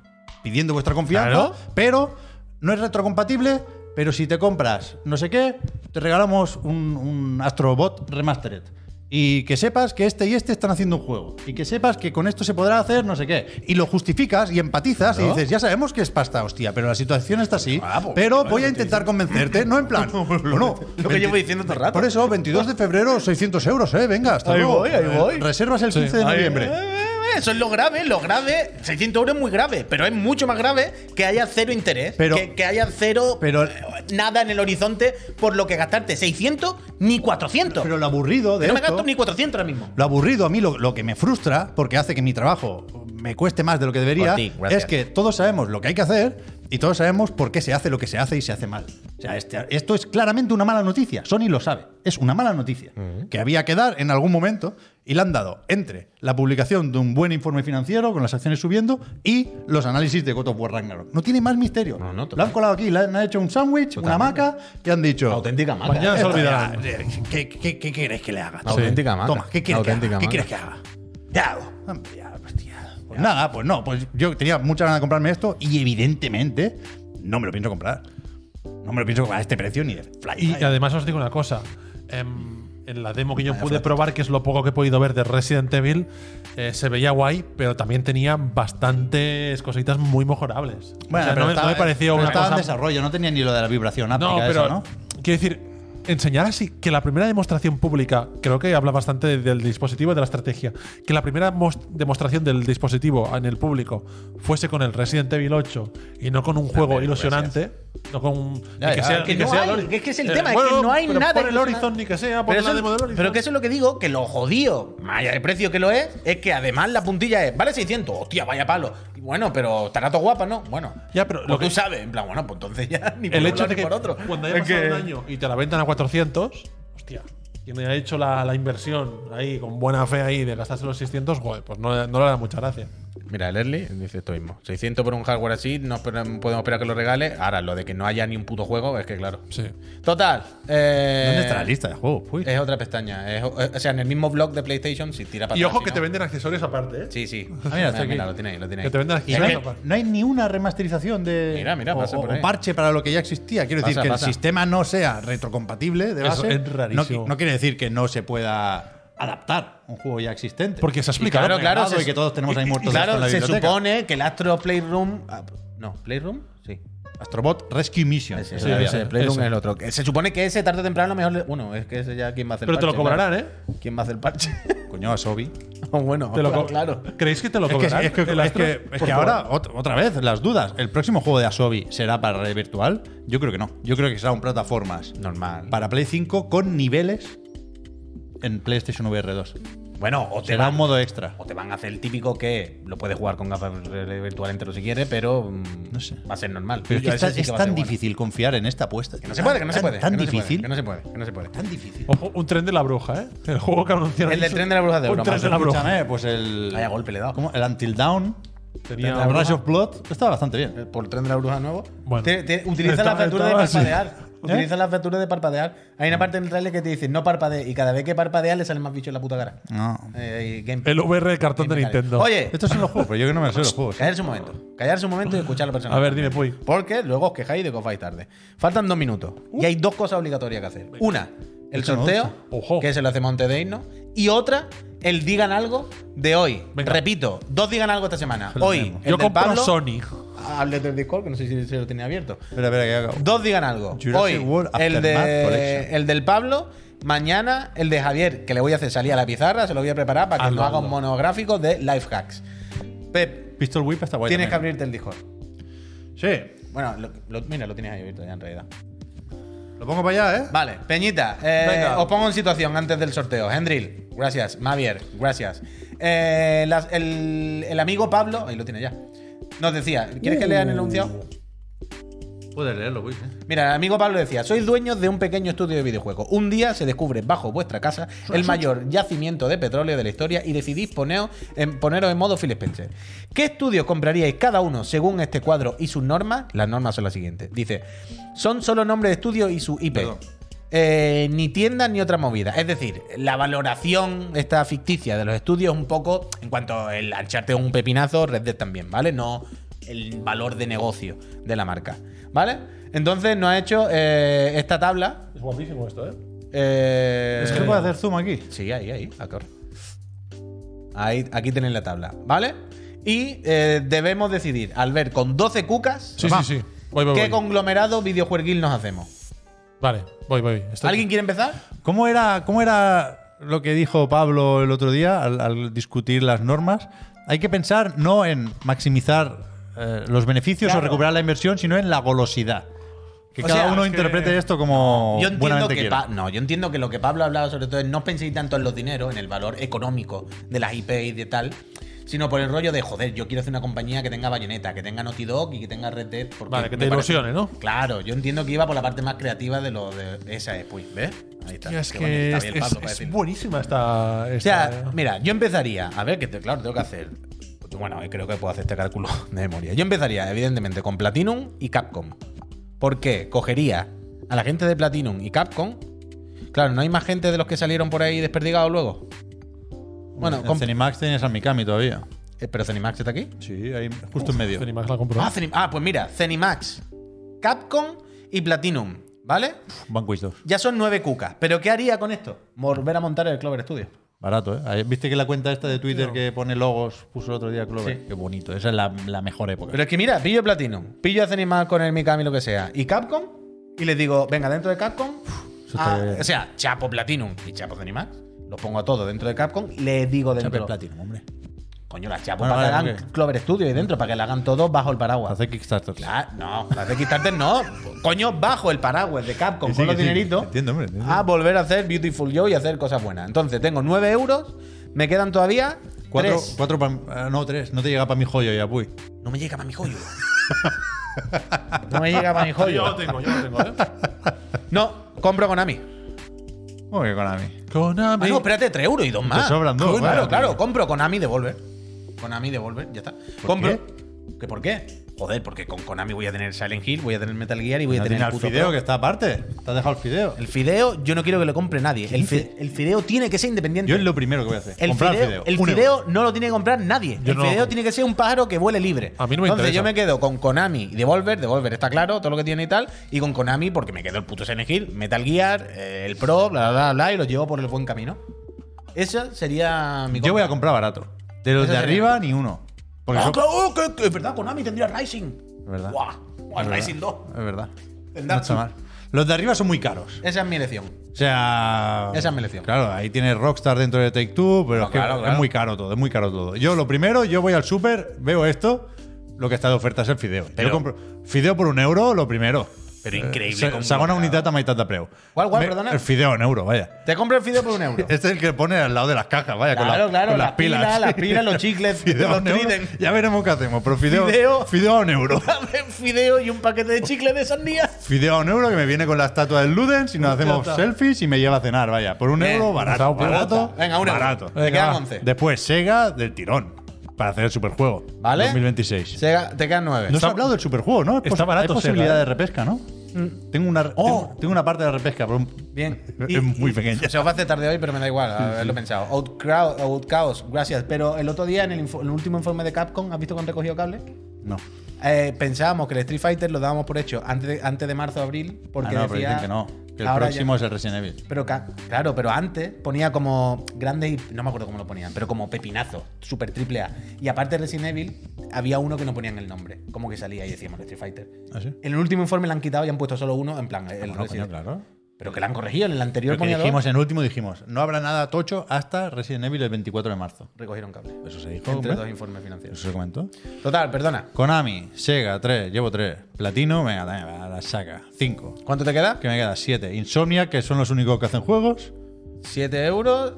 C: pidiendo vuestra confianza,
D: Claro.
C: pero no es retrocompatible. Pero si te compras no sé qué, te regalamos un, un Astrobot Remastered. Y que sepas que este y este están haciendo un juego. Y que sepas que con esto se podrá hacer no sé qué. Y lo justificas y empatizas y dices, ya sabemos que es pasta, hostia, pero la situación está así.
B: Ah, pues,
C: pero
B: vale,
C: voy a
B: lo que
C: intentar convencerte, no en
B: [laughs]
C: plan. bueno,
B: lo que llevo diciendo todo el rato.
C: Por eso, 22 de febrero, 600 euros, ¿eh? Venga, hasta
B: Ahí
C: luego.
B: voy, ahí
C: Eh,
B: voy.
C: Reservas el 15 de noviembre.
B: eh, Eso es lo grave, lo grave. 600 euros es muy grave, pero es mucho más grave que haya cero interés,
C: Pero-
B: que, que haya cero
C: pero-
B: eh, nada en el horizonte por lo que gastarte 600 ni 400.
C: Pero lo aburrido de
B: no me
C: esto-
B: gasto ni 400 ahora mismo.
C: Lo aburrido a mí, lo, lo que me frustra, porque hace que mi trabajo me cueste más de lo que debería,
B: Por ti, gracias.
C: es que todos sabemos lo que hay que hacer y todos sabemos por qué se hace lo que se hace y se hace mal. O sea, este- esto es claramente una mala noticia. Sony lo sabe. Es una mala noticia que había que dar en algún momento y la han dado entre la publicación de un buen informe financiero con las acciones subiendo y los análisis de God of War Ragnarok. No tiene más misterio.
B: No, no,
C: lo han colado aquí, le han hecho un sándwich, una hamaca y han dicho.
B: Auténtica maca.
C: "Esto
D: se
C: ya,
D: olvidarán".
C: ¿Qué, qué, qué queréis que le haga?
B: Auténtica maca.
C: Toma, ¿qué quieres, que
B: Auténtica
C: haga? ¿Qué
B: maca.
C: quieres que haga?
B: Ya hago.
C: Hombre, ya, hostia. Pues nada, pues no, pues yo tenía mucha ganas de comprarme esto y evidentemente no me lo pienso comprar. No me lo pienso comprar a este precio ni de fly.
D: Y
C: fly.
D: además os digo una cosa. em, en la demo que yo pude probar, que es lo poco que he podido ver de Resident Evil, eh, se veía guay, pero también tenía bastantes cositas muy mejorables.
C: bueno,
D: O sea,
C: pero
D: no, me-
C: estaba-
D: no me pareció
C: pero
D: una
C: estaba en
D: cosa
C: desarrollo, no tenía ni lo de la vibración áptica
D: No, pero
C: esa, ¿no?
D: quiero decir, enseñar así que la primera demostración pública, creo que habla bastante de- del dispositivo y de la estrategia, que la primera mos- demostración del dispositivo en el público fuese con el Resident Evil 8 y no con un juego
B: pues,
D: ilusionante, no con un-
C: Ya,
D: ni
C: ya,
D: sea-
C: que
D: ni
B: no hay,
D: Lori-
B: es Ah, que es el
D: Eh,
B: tema, es que no hay
D: pero
B: nada
D: Por el
B: ilusionante.
D: Horizon ni que sea, por
B: Pero,
D: la
B: eso-
D: demo del Horizon.
B: pero que eso es lo que digo, que lo jodido, más allá del precio que lo es, es que además la puntilla es, vale 600, hostia, vaya palo. Y bueno, pero estará todo guapa, ¿no? Bueno,
D: Ya, pero
B: pues
D: lo
B: tú
D: que-
B: sabes, en plan, bueno, pues entonces ya [laughs] ni por
D: el
B: un
D: hecho
B: lado
D: de
B: ni
D: que
B: por otro.
D: cuando haya
B: Es
D: pasado
B: que-
D: un año y te la vendan a 400, hostia, quien haya hecho la, la inversión ahí con buena fe ahí de gastarse los 600, joder, pues no, no le da mucha gracia.
B: Mira, el Early dice esto mismo. 600 por un hardware así, no esper- podemos esperar que lo regale. Ahora, lo de que no haya ni un puto juego, es que claro.
D: Sí.
B: Total. eh,
C: ¿Dónde está la lista de juegos? Puy?
B: Es otra pestaña. es o- o sea, en el mismo blog de PlayStation, si tira para
D: Y
B: atrás,
D: ojo
B: si
D: que
B: no-
D: te venden accesorios aparte, ¿eh?
B: Sí, sí.
D: Ah, mira, está aquí.
B: mira, lo tiene ahí, lo tiene ahí.
D: Que te venden
C: no,
D: accesorios
C: hay,
D: aparte.
C: no hay ni una remasterización de
B: Mira, mira,
C: o,
B: pasa
C: o-
B: por
C: o
B: ahí.
C: parche para lo que ya existía. Quiero decir
B: Pasa,
C: que
B: pasa.
C: el sistema no sea retrocompatible de
D: Eso
C: base.
D: es rarísimo.
C: No, no quiere decir que no se pueda adaptar a un juego ya existente.
D: Porque se ha
C: Y
D: explicado.
C: Claro, claro,
B: se-
C: y que todos tenemos ahí muertos de esto en
B: Claro,
C: la
B: se
C: biblioteca.
B: supone que el Astro Playroom. ah, No, ¿Playroom? Sí.
C: Astrobot Rescue Mission.
B: Ese,
D: Sí,
B: ese,
D: ese,
B: Playroom
D: ese.
B: es el otro. Que Se supone que ese tarde o temprano a lo mejor. le- Bueno, es que ese ya quién va a hacer
D: Pero te lo
B: parche, claro.
D: cobrarán, ¿eh?
B: ¿Quién va a hacer el parche? [laughs]
C: Coño, Asobi.
B: Oh, bueno,
D: Te lo
B: claro,
D: co-
B: claro.
D: ¿Creéis que te lo
C: Es que,
D: cobrarán?
C: es que-
D: El
C: es
D: Astro-
C: que- es que
D: por
C: ahora,
D: favor.
C: ot- otra vez, las dudas. ¿El próximo juego de Asobi será para red virtual? Yo creo que no. Yo creo que será un plataformas
B: Normal.
C: para Play 5 con niveles en PlayStation VR 2.
B: Bueno, o te,
C: Será
B: van,
C: un modo extra.
B: o te van a hacer el típico que lo puedes jugar con gafas de realidad virtual entero si quieres, pero mm,
C: No sé.
B: va a ser normal.
C: Pero es que
B: Yo a eso
C: está-
B: sí que
C: es
B: va a
C: tan
B: ser bueno.
C: difícil confiar en esta apuesta.
B: Que no se puede, que no se puede.
C: Tan
B: que no se puede,
C: difícil.
B: Que no se puede, que no se puede.
C: Tan difícil.
D: Ojo, un tren de la bruja, ¿eh? El juego que anunciaron.
B: El del tren de la bruja de
D: Un
B: broma, ¿eh?
D: tren de la bruja.
C: Escúchame, pues el.
B: Vaya golpe le he dado.
C: ¿Cómo? El Until Down.
D: Tenía
C: el Rush of Blood. Estaba bastante bien.
B: Por el tren de la bruja nuevo.
D: Bueno.
B: Te- te- utiliza
D: Estaba-
B: la factura de
D: estaba así. ¿Eh? Mm.
B: parpadear. Utiliza la factura de parpadear. Hay una parte en el trailer que te dice no parpadee y cada vez que parpadea le salen más bichos en la puta cara.
C: No.
B: Eh, y game-
D: Mm. El VR de cartón de
B: game mechanic.
D: Nintendo. Este
B: Oye,
C: Estos son los juegos, pero yo que no me sé los juegos.
B: callarse un momento. Callarse un momento y escuchar a la persona.
D: A ver, dime, Puy.
B: Porque luego os quejáis de que os vais tarde. Faltan dos minutos. Y hay dos cosas obligatorias que hacer. Una, el
C: Esto no
B: sorteo,
D: gusta. Ojo.
B: que se lo hacemos antes de irnos. Y otra, el digan algo de hoy.
D: Venga.
B: Repito, dos digan algo esta semana.
C: Lo
B: Hoy,
C: mismo.
B: ¿eh? el
D: Yo
B: del
D: compro
B: Pablo,
D: Sony.
B: Hablé del Discord, que no sé si se lo tenía abierto.
C: Espera, espera, que hago.
B: Dos digan algo.
C: Jurassic
B: Hoy,
C: World
B: el, de-
C: Aftermath Collection.
B: el del Pablo. Mañana, el de Javier, que le voy a hacer salir a la pizarra. Se lo voy a preparar para que
D: Hazlo,
B: nos haga un
D: hazlo.
B: monográfico de life hacks. Pep,
C: Pistol Whip está guay.
B: tienes que
C: también.
B: abrirte el Discord.
C: Sí.
B: Bueno, lo- lo- mira, lo tienes ahí abierto ya en realidad.
C: Lo pongo para allá, ¿eh?
B: Vale, Peñita, eh,
D: Venga.
B: os pongo en situación antes del sorteo. Hendril, gracias. Mavier, gracias. Eh, las- el, el amigo Pablo, ahí lo tiene ya, nos decía, ¿quieres que lean el anunciado?
C: Puedes leerlo, Whip.
B: Mira, el amigo Pablo decía, sois dueños de un pequeño estudio de videojuegos. Un día se descubre bajo vuestra casa el mayor yacimiento de petróleo de la historia y decidís poneos en- poneros en modo Phil Spencer. ¿Qué estudios compraríais cada uno según este cuadro y sus normas? Las normas son las siguientes. Dice, son solo nombres de estudio y su IP.
C: Perdón.
B: Eh, ni tiendas ni otra movida. Es decir, la valoración esta ficticia de los estudios un poco, en cuanto el ancharte un pepinazo, Red Dead también, ¿vale? No el valor de negocio de la marca, ¿vale? Entonces nos ha hecho eh, esta tabla.
D: Es guapísimo esto, ¿eh?
B: eh,
C: Es que puedes hacer zoom aquí.
B: Sí, ahí, ahí, a correr. Ahí, aquí tenéis la tabla, ¿vale? Y eh, debemos decidir, al ver con 12 cucas,
D: Sí,
B: papá,
D: sí, sí. Voy, voy,
B: ¿qué
D: voy.
B: conglomerado videojueguil nos hacemos?
D: Vale, voy, voy. Estoy-
B: ¿Alguien quiere empezar?
C: ¿Cómo era, ¿Cómo era lo que dijo Pablo el otro día al, al discutir las normas? Hay que pensar no en maximizar eh, los beneficios
B: Claro.
C: o recuperar la inversión, sino en la golosidad. Que
B: O
C: cada
B: sea,
C: uno
B: es
D: que-
C: interprete esto como
B: Yo entiendo,
C: buenamente
B: que
C: quiera.
B: Pa- no, yo entiendo que lo que Pablo hablaba sobre todo es no penséis tanto en los dineros, en el valor económico de las IP y de tal, sino por el rollo de joder, yo quiero hacer una compañía que tenga bayoneta, que tenga Naughty Dog y que tenga Red Dead. porque
D: Vale, que
B: me
D: te
B: parece-
D: ilusione, ¿no?
B: Claro, yo entiendo que iba por la parte más creativa de lo de esa es, pues, ¿ves? Ahí está.
D: Tío, es
B: Qué bonito,
D: que
B: está
D: es,
B: bien
D: es-
B: Pablo para
D: es
B: decirlo.
D: buenísima esta. eh.
B: O sea,
D: esta-
B: mira, yo empezaría. A ver, que te- claro, tengo que hacer. Bueno, creo que puedo hacer este cálculo [laughs] de memoria. Yo empezaría, evidentemente, con Platinum y Capcom. ¿Por qué? Cogería a la gente de Platinum y Capcom. Claro, ¿no hay más gente de los que salieron por ahí desperdigados luego? Bueno,
C: en
B: con-
C: Zenimax tenías a Mikami todavía.
B: eh, pero Zenimax está aquí.
C: Sí, ahí justo en medio.
D: Zenimax la compro.
B: Ah, Zenim- ah, pues mira, Zenimax, Capcom y Platinum, ¿vale?
C: Vanquish 2.
B: Ya son nueve cucas. ¿Pero qué haría con esto? Volver a montar el Clover Studio.
C: Barato, ¿eh? Ahí- ¿Viste que la cuenta esta de Twitter que pone logos puso el otro día Clover?
B: Sí.
C: Qué bonito. Esa es la, la mejor época.
B: Pero es que mira, pillo Platinum, pillo a Zenimax con el Mikami, lo que sea, y Capcom, y les digo, venga, dentro de Capcom,
C: eso
B: ah,
C: está bien.
B: o sea, Chapo Platinum y Chapo Zenimax, los pongo a todos dentro de Capcom, les digo
C: Chape
B: dentro.
C: Platinum, hombre.
B: Coño, las Chapo
C: Bueno,
B: para
C: vale,
B: que hagan
C: ok.
B: Clover Studio ahí dentro, para que la hagan todos bajo el paraguas.
C: Hace Kickstarter.
B: Claro, no, las de Kickstarter no. Coño, bajo el paraguas de Capcom
C: Que sí,
B: con los
C: que sí.
B: dineritos.
C: Entiendo, hombre, entiendo.
B: A volver a hacer Beautiful Joe y hacer cosas buenas. Entonces, tengo 9 euros, me quedan todavía
C: Cuatro,
B: 3.
C: cuatro pa- ah, no, tres. No te llega para mi joyo ya, puy.
B: No me llega para
C: [laughs]
B: mi joyo. no me llega para mi joyo.
D: Yo lo tengo, yo lo tengo, ¿eh?
B: No, compro Konami.
C: ¿Cómo que Konami?
D: Konami.
B: Ah, no, espérate, 3 euros y dos más.
C: sobran dos,
B: Claro,
C: vale.
B: claro, compro Konami devolver. Konami devolver, ya está. compro. ¿Qué por qué? Joder, porque con Konami voy a tener Silent Hill, voy a tener Metal Gear y voy a
C: No
B: tener
C: tiene al
B: puto
C: fideo
B: Pro.
C: que está aparte. Te has dejado el fideo.
B: El fideo, yo no quiero que lo compre nadie. El, fi- el fideo tiene que ser independiente.
C: Yo es lo primero que voy a hacer.
B: el
C: comprar
B: fideo,
C: fideo.
B: el
C: Un
B: fideo
C: euro.
B: no lo tiene que comprar nadie.
D: Yo
B: el
D: no lo
B: fideo
D: compro.
B: tiene que ser un pájaro que vuele libre.
D: A mí no me
B: Entonces
D: interesa.
B: yo me quedo con Konami y Devolver. Devolver está claro, todo lo que tiene y tal. Y con Konami porque me quedo el puto Silent Hill, Metal Gear, eh, el Pro, bla, bla, bla, bla, y lo llevo por el buen camino. Eso sería mi
C: Yo voy a
B: compra.
C: comprar barato. De los
B: Eso
C: de
B: sería.
C: arriba, ni uno. Porque
B: Ah,
C: son-
B: claro, oh, que- que es verdad, Konami tendría Rising.
C: Es verdad.
B: Guau, guau,
C: Es
B: el
C: verdad.
B: Rising 2.
C: Es verdad.
B: El
C: No
B: Dark
C: está mal. Los de arriba son muy caros.
B: Esa es mi elección.
C: O sea.
B: Esa es mi elección.
C: Claro, ahí tienes Rockstar dentro de Take Two, pero es, que
B: claro,
C: es
B: claro.
C: muy caro todo, es muy caro todo. Yo lo primero, yo voy al super, veo esto, lo que está de oferta es el fideo.
B: Pero-
C: yo compro fideo por un euro, lo primero.
A: Pero
B: Eh,
A: increíble.
C: Se-
A: cómo
C: [laughs] Sagona
A: lo
C: unitata maitata preu.
B: ¿Cuál, cuál,
C: Me-
B: perdona?
C: El fideo en euro, vaya.
B: Te compro el fideo por un euro.
C: Este es el que pone al lado de las cajas, vaya, con,
B: Claro,
C: la-
B: claro,
C: con las
B: la pila,
C: pilas.
B: la pila,
C: [laughs]
B: los chicles,
C: Fideo
B: los
C: en euro.
B: Trident.
C: Ya veremos qué hacemos, pero fideo,
B: Fideo.
C: fideo. a un euro.
B: Un fideo y un paquete de chicles de sandía.
C: [laughs] Fideo a un euro que me viene con la estatua del Ludens y nos hacemos
D: Putada.
C: selfies y me lleva a cenar, vaya. Por un
B: Bien.
C: euro, barato.
D: Putada.
C: Barato.
B: Venga, un euro.
C: barato.
B: Te quedan
C: va.
B: 11.
C: Después, Sega del tirón. Para hacer el superjuego.
B: ¿Vale?
C: 2026.
B: Sega, te quedan nueve.
C: No se ha hablado del superjuego, ¿no? Es
D: Está
C: pos-
D: barato,
C: Hay posibilidad
D: Sega, ¿eh?
C: de repesca, ¿no? Tengo, una, tengo, tengo una parte de repesca, pero un-
B: Mm. Oh. Bien.
C: [laughs] es muy
B: [laughs]
C: pequeña.
B: Se os va a hacer tarde hoy, pero me da igual haberlo pensado. Outcrowd- Outcaos, gracias. Pero el otro día, en el, info- el último informe de Capcom, ¿has visto cuánto he cogido cable?
C: No.
B: Eh, pensábamos que el Street Fighter lo dábamos por hecho antes de, antes de marzo abril, porque
C: Ah, no, pero
B: decía.
C: dicen que no. Que el
B: Ahora ya-
C: próximo es el Resident Evil.
B: Pero ca- claro, pero antes ponía como grandes, y- no me acuerdo cómo lo ponían, pero como pepinazo, super triple A. Y aparte de Resident Evil, había uno que no ponían el nombre, como que salía y decíamos Street Fighter.
C: ¿Ah, sí?
B: En el último informe le han quitado y han puesto solo uno, en plan, el
C: Bueno, coño,
B: Resident.
C: claro.
B: Pero que lo han corregido, en el anterior
C: Porque
B: ponía dos,
C: dijimos, en el último dijimos, no habrá nada tocho hasta Resident Evil el 24 de marzo.
B: recogieron cable.
C: Eso se dijo.
B: Entre
C: Pues, hombre.
B: dos informes financieros.
C: Eso se comentó.
B: Total, perdona.
C: Konami, Sega, 3, llevo 3. Platino, venga, dame, va, la saca. 5.
B: ¿Cuánto te queda?
C: Que me queda 7. Insomnia, que son los únicos que hacen juegos.
B: 7 euros.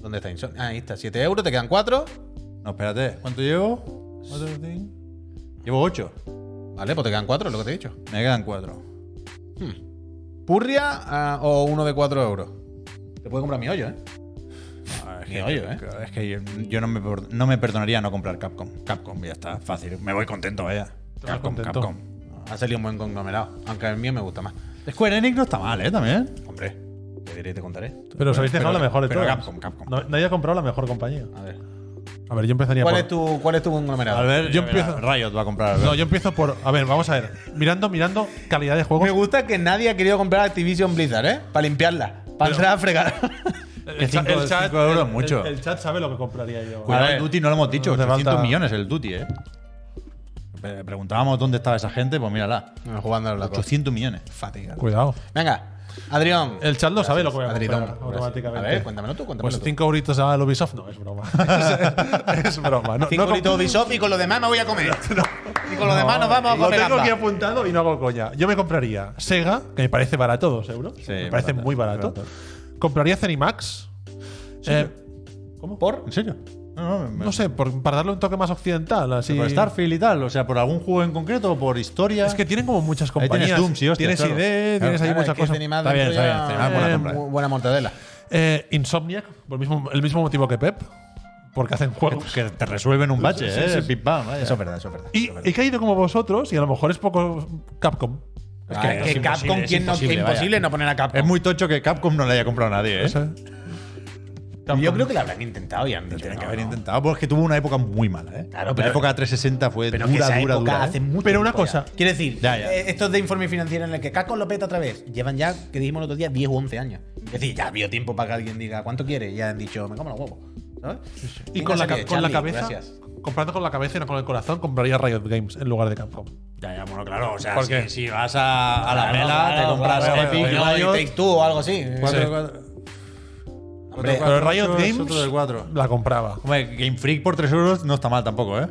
B: ¿Dónde está Inson- Ah, ahí está, 7 euros, te quedan 4.
C: No, espérate, ¿cuánto llevo? ¿Cuatro, cinco? Llevo 8.
B: Vale, pues te quedan 4, lo que te he dicho.
C: Me quedan 4.
B: Purria ah, o uno de 4 euros. Te puede comprar mi hoyo, ¿eh?
C: Ah, Es
B: Ni hoyo, ¿eh?
C: Es que yo, yo no, me, per- no me perdonaría no comprar Capcom. Capcom, ya está, fácil. Me voy contento, vaya.
D: vas
C: Capcom,
D: contento.
C: Capcom.
B: Ha salido un buen conglomerado, aunque el mío me gusta más.
C: Square Enix no está mal, ¿eh? También.
B: Hombre, te diré y te contaré.
D: Pero os habéis dejado
C: Pero-
D: la mejor de
C: pero
D: todas.
C: Capcom, Capcom.
D: No- nadie ha comprado la mejor compañía.
B: A ver.
D: A ver, yo empezaría
B: Ah. ¿Cuál
D: por.
B: es tu, cuál es tu conglomerado?
C: A ver, yo
D: Mira,
C: empiezo.
D: mira.
C: Riot va a comprar. Albert.
D: No, yo empiezo por. A ver, vamos a ver. Mirando, mirando calidad de juegos.
B: Me gusta que nadie ha querido comprar Activision Blizzard, ¿eh? Para limpiarla. Para entrar a fregar.
D: El,
C: cinco-
D: cha- el
C: cinco euros
D: el-
C: es mucho.
D: El, el chat sabe lo que compraría yo.
C: Cuidado,
B: A ver.
C: el Duty no lo hemos dicho.
D: No te
C: 800
D: falta-
C: millones el Duty, ¿eh? Pre- Preguntábamos dónde estaba esa gente, pues mírala.
B: Jugando a la
C: 800 millones.
B: Fatiga.
D: Cuidado.
B: Venga, Adrián.
D: El chat no sabe lo que voy a
B: Adrián,
D: comprar
B: gracias.
D: automáticamente.
B: A ver, cuéntamelo tú, cuéntamelo
D: Pues
B: tú.
D: 5 euritos al Ubisoft. No, es
B: [laughs]
D: broma. es, es broma. No,
B: Cinco
D: no
B: gritos
D: comp-
B: Ubisoft y con lo demás me voy a comer. Y con lo demás nos vamos a
D: Lo
B: comer.
D: tengo
B: gamba.
D: aquí apuntado y no hago coña. Yo me compraría Sega, que me parece barato, 2 euros.
C: Sí,
D: me parece
C: barato,
D: muy barato.
C: barato.
D: Compraría Cenimax. Eh, ¿Cómo?
B: ¿Por?
C: ¿En serio? No, no, me-
D: No sé, por- para darle un toque más occidental. Así.
C: Por Starfield y tal. O sea, por algún juego en concreto o por historia.
D: Es que tienen como muchas
C: tienes
D: compañías.
C: Doom, sí, hostia,
D: tienes
C: claro.
D: ID,
C: Claro,
D: tienes ahí
B: Claro,
D: muchas
B: es que
D: cosas.
B: tenía más
C: Está bien,
B: dentro
C: está
B: ya-
C: bien, tenía más
D: buena
B: eh,
C: compra,
B: bu- buena mortadela.
D: Eh, Insomniac, por el mismo, el mismo motivo que Pep, porque hacen juegos.
C: Que te resuelven un bache,
D: Sí,
C: ¿eh?
D: sí, sí.
C: Pim, pam, vaya.
B: Eso es verdad, eso es verdad.
D: Y he caído como vosotros, y a lo mejor es poco Capcom.
B: Es
C: Ah, es
B: que, que
C: imposible,
B: Capcom,
C: es
B: ¿quién no?
C: imposible, vaya.
B: Imposible no poner a Capcom.
C: Es muy tocho que Capcom no le haya comprado a nadie, ¿eh?
D: No sé.
B: Yo creo que lo habrán intentado y han dicho.
C: Tienen
B: no,
C: que haber
B: no.
C: intentado. Porque tuvo una época muy mala, ¿eh?
B: Claro, pero-
C: La época 360 fue
B: Pero que
C: dura,
B: esa
C: dura,
B: época
C: dura. ¿eh?
B: hace mucho
D: Pero una
B: tiempo ya.
D: cosa.
B: Quiero decir,
C: Ya, ya.
B: eh, estos de informe financiero en el que Caco lo peta otra vez, llevan ya, que dijimos el otro día, 10 u 11 años. Es decir, ya había tiempo para que alguien diga cuánto quiere. Ya han dicho, me como los huevos. ¿sabes?
D: Y
B: Venga,
D: con la,
B: serie,
D: ca- con la
B: Charlie,
D: cabeza.
B: gracias.
D: Comprando con la cabeza y no con el corazón, compraría Riot Games en lugar de Capcom.
C: Ya, ya, bueno, claro. O sea,
D: ¿Por qué?
C: si, si vas a, a la vela, te compras
B: claro,
C: Epic,
B: claro, claro,
C: Riot,
B: y Take Two o algo así.
C: cuatro,
B: Sí.
C: cuatro.
B: Hombre,
D: Pero Riot
C: ocho,
D: Games
C: es otro del cuatro.
D: la compraba.
C: Hombre, Game Freak por 3 euros no está mal tampoco, ¿eh?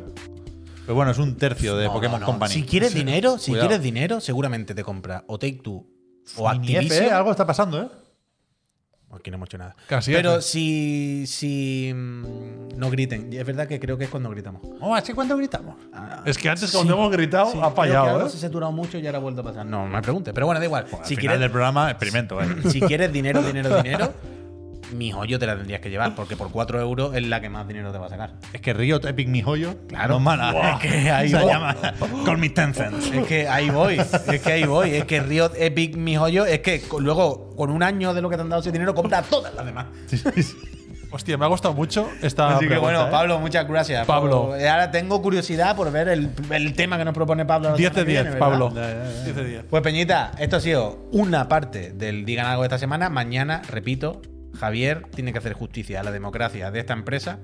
C: Pero bueno, es un tercio de
B: no,
C: Pokémon
B: no, no.
C: Company.
B: Si quieres dinero, si
C: Cuidado.
B: quieres dinero, seguramente te compra o Take Two o
C: Ni F,
B: Activision.
C: ¿eh? Algo está pasando, ¿eh?
B: Aquí no hemos hecho nada.
D: Casi
B: Pero
D: F.
B: si, si mm, no griten, Y es verdad que creo que es cuando gritamos. Ah,
C: Oh, ¿Hace cuánto gritamos?
D: Es que antes, cuando hemos gritado, ha fallado, ¿eh?
B: se ha saturado mucho y ahora ha vuelto a pasar. No, no me preguntes, pero bueno, da igual.
C: Al
B: si,
C: final del
B: quieres,
C: programa, experimento, ¿eh?
B: si quieres dinero,
D: [laughs]
B: dinero, dinero, mi joyo te la tendrías que llevar, porque por 4 euros es la que más dinero te va a sacar.
C: Es que Riot Epic mi joyo.
B: Claro.
C: No es mala.
B: Buah.
C: Es [laughs] que ahí se
B: Buah.
C: llama. Call me Tencent.
B: Es que ahí voy, es que ahí voy, es que Riot Epic, mi joyo, es que co- luego con un año de lo que te han dado ese dinero, compra todas las demás.
D: Hostia, me ha gustado mucho esta.
B: Así que
D: pregunta,
B: bueno,
D: ¿eh?
B: Pablo, muchas gracias.
D: Pablo.
B: por- ahora tengo curiosidad por ver el, el tema que nos propone Pablo. la
D: 10 de
B: semana que viene,
D: 10,
B: ¿verdad?
D: Pablo. 10 de 10.
B: Pues Peñita, esto ha sido una parte del Digan Algo de esta semana. Mañana, repito, Javier tiene que hacer justicia a la democracia de esta empresa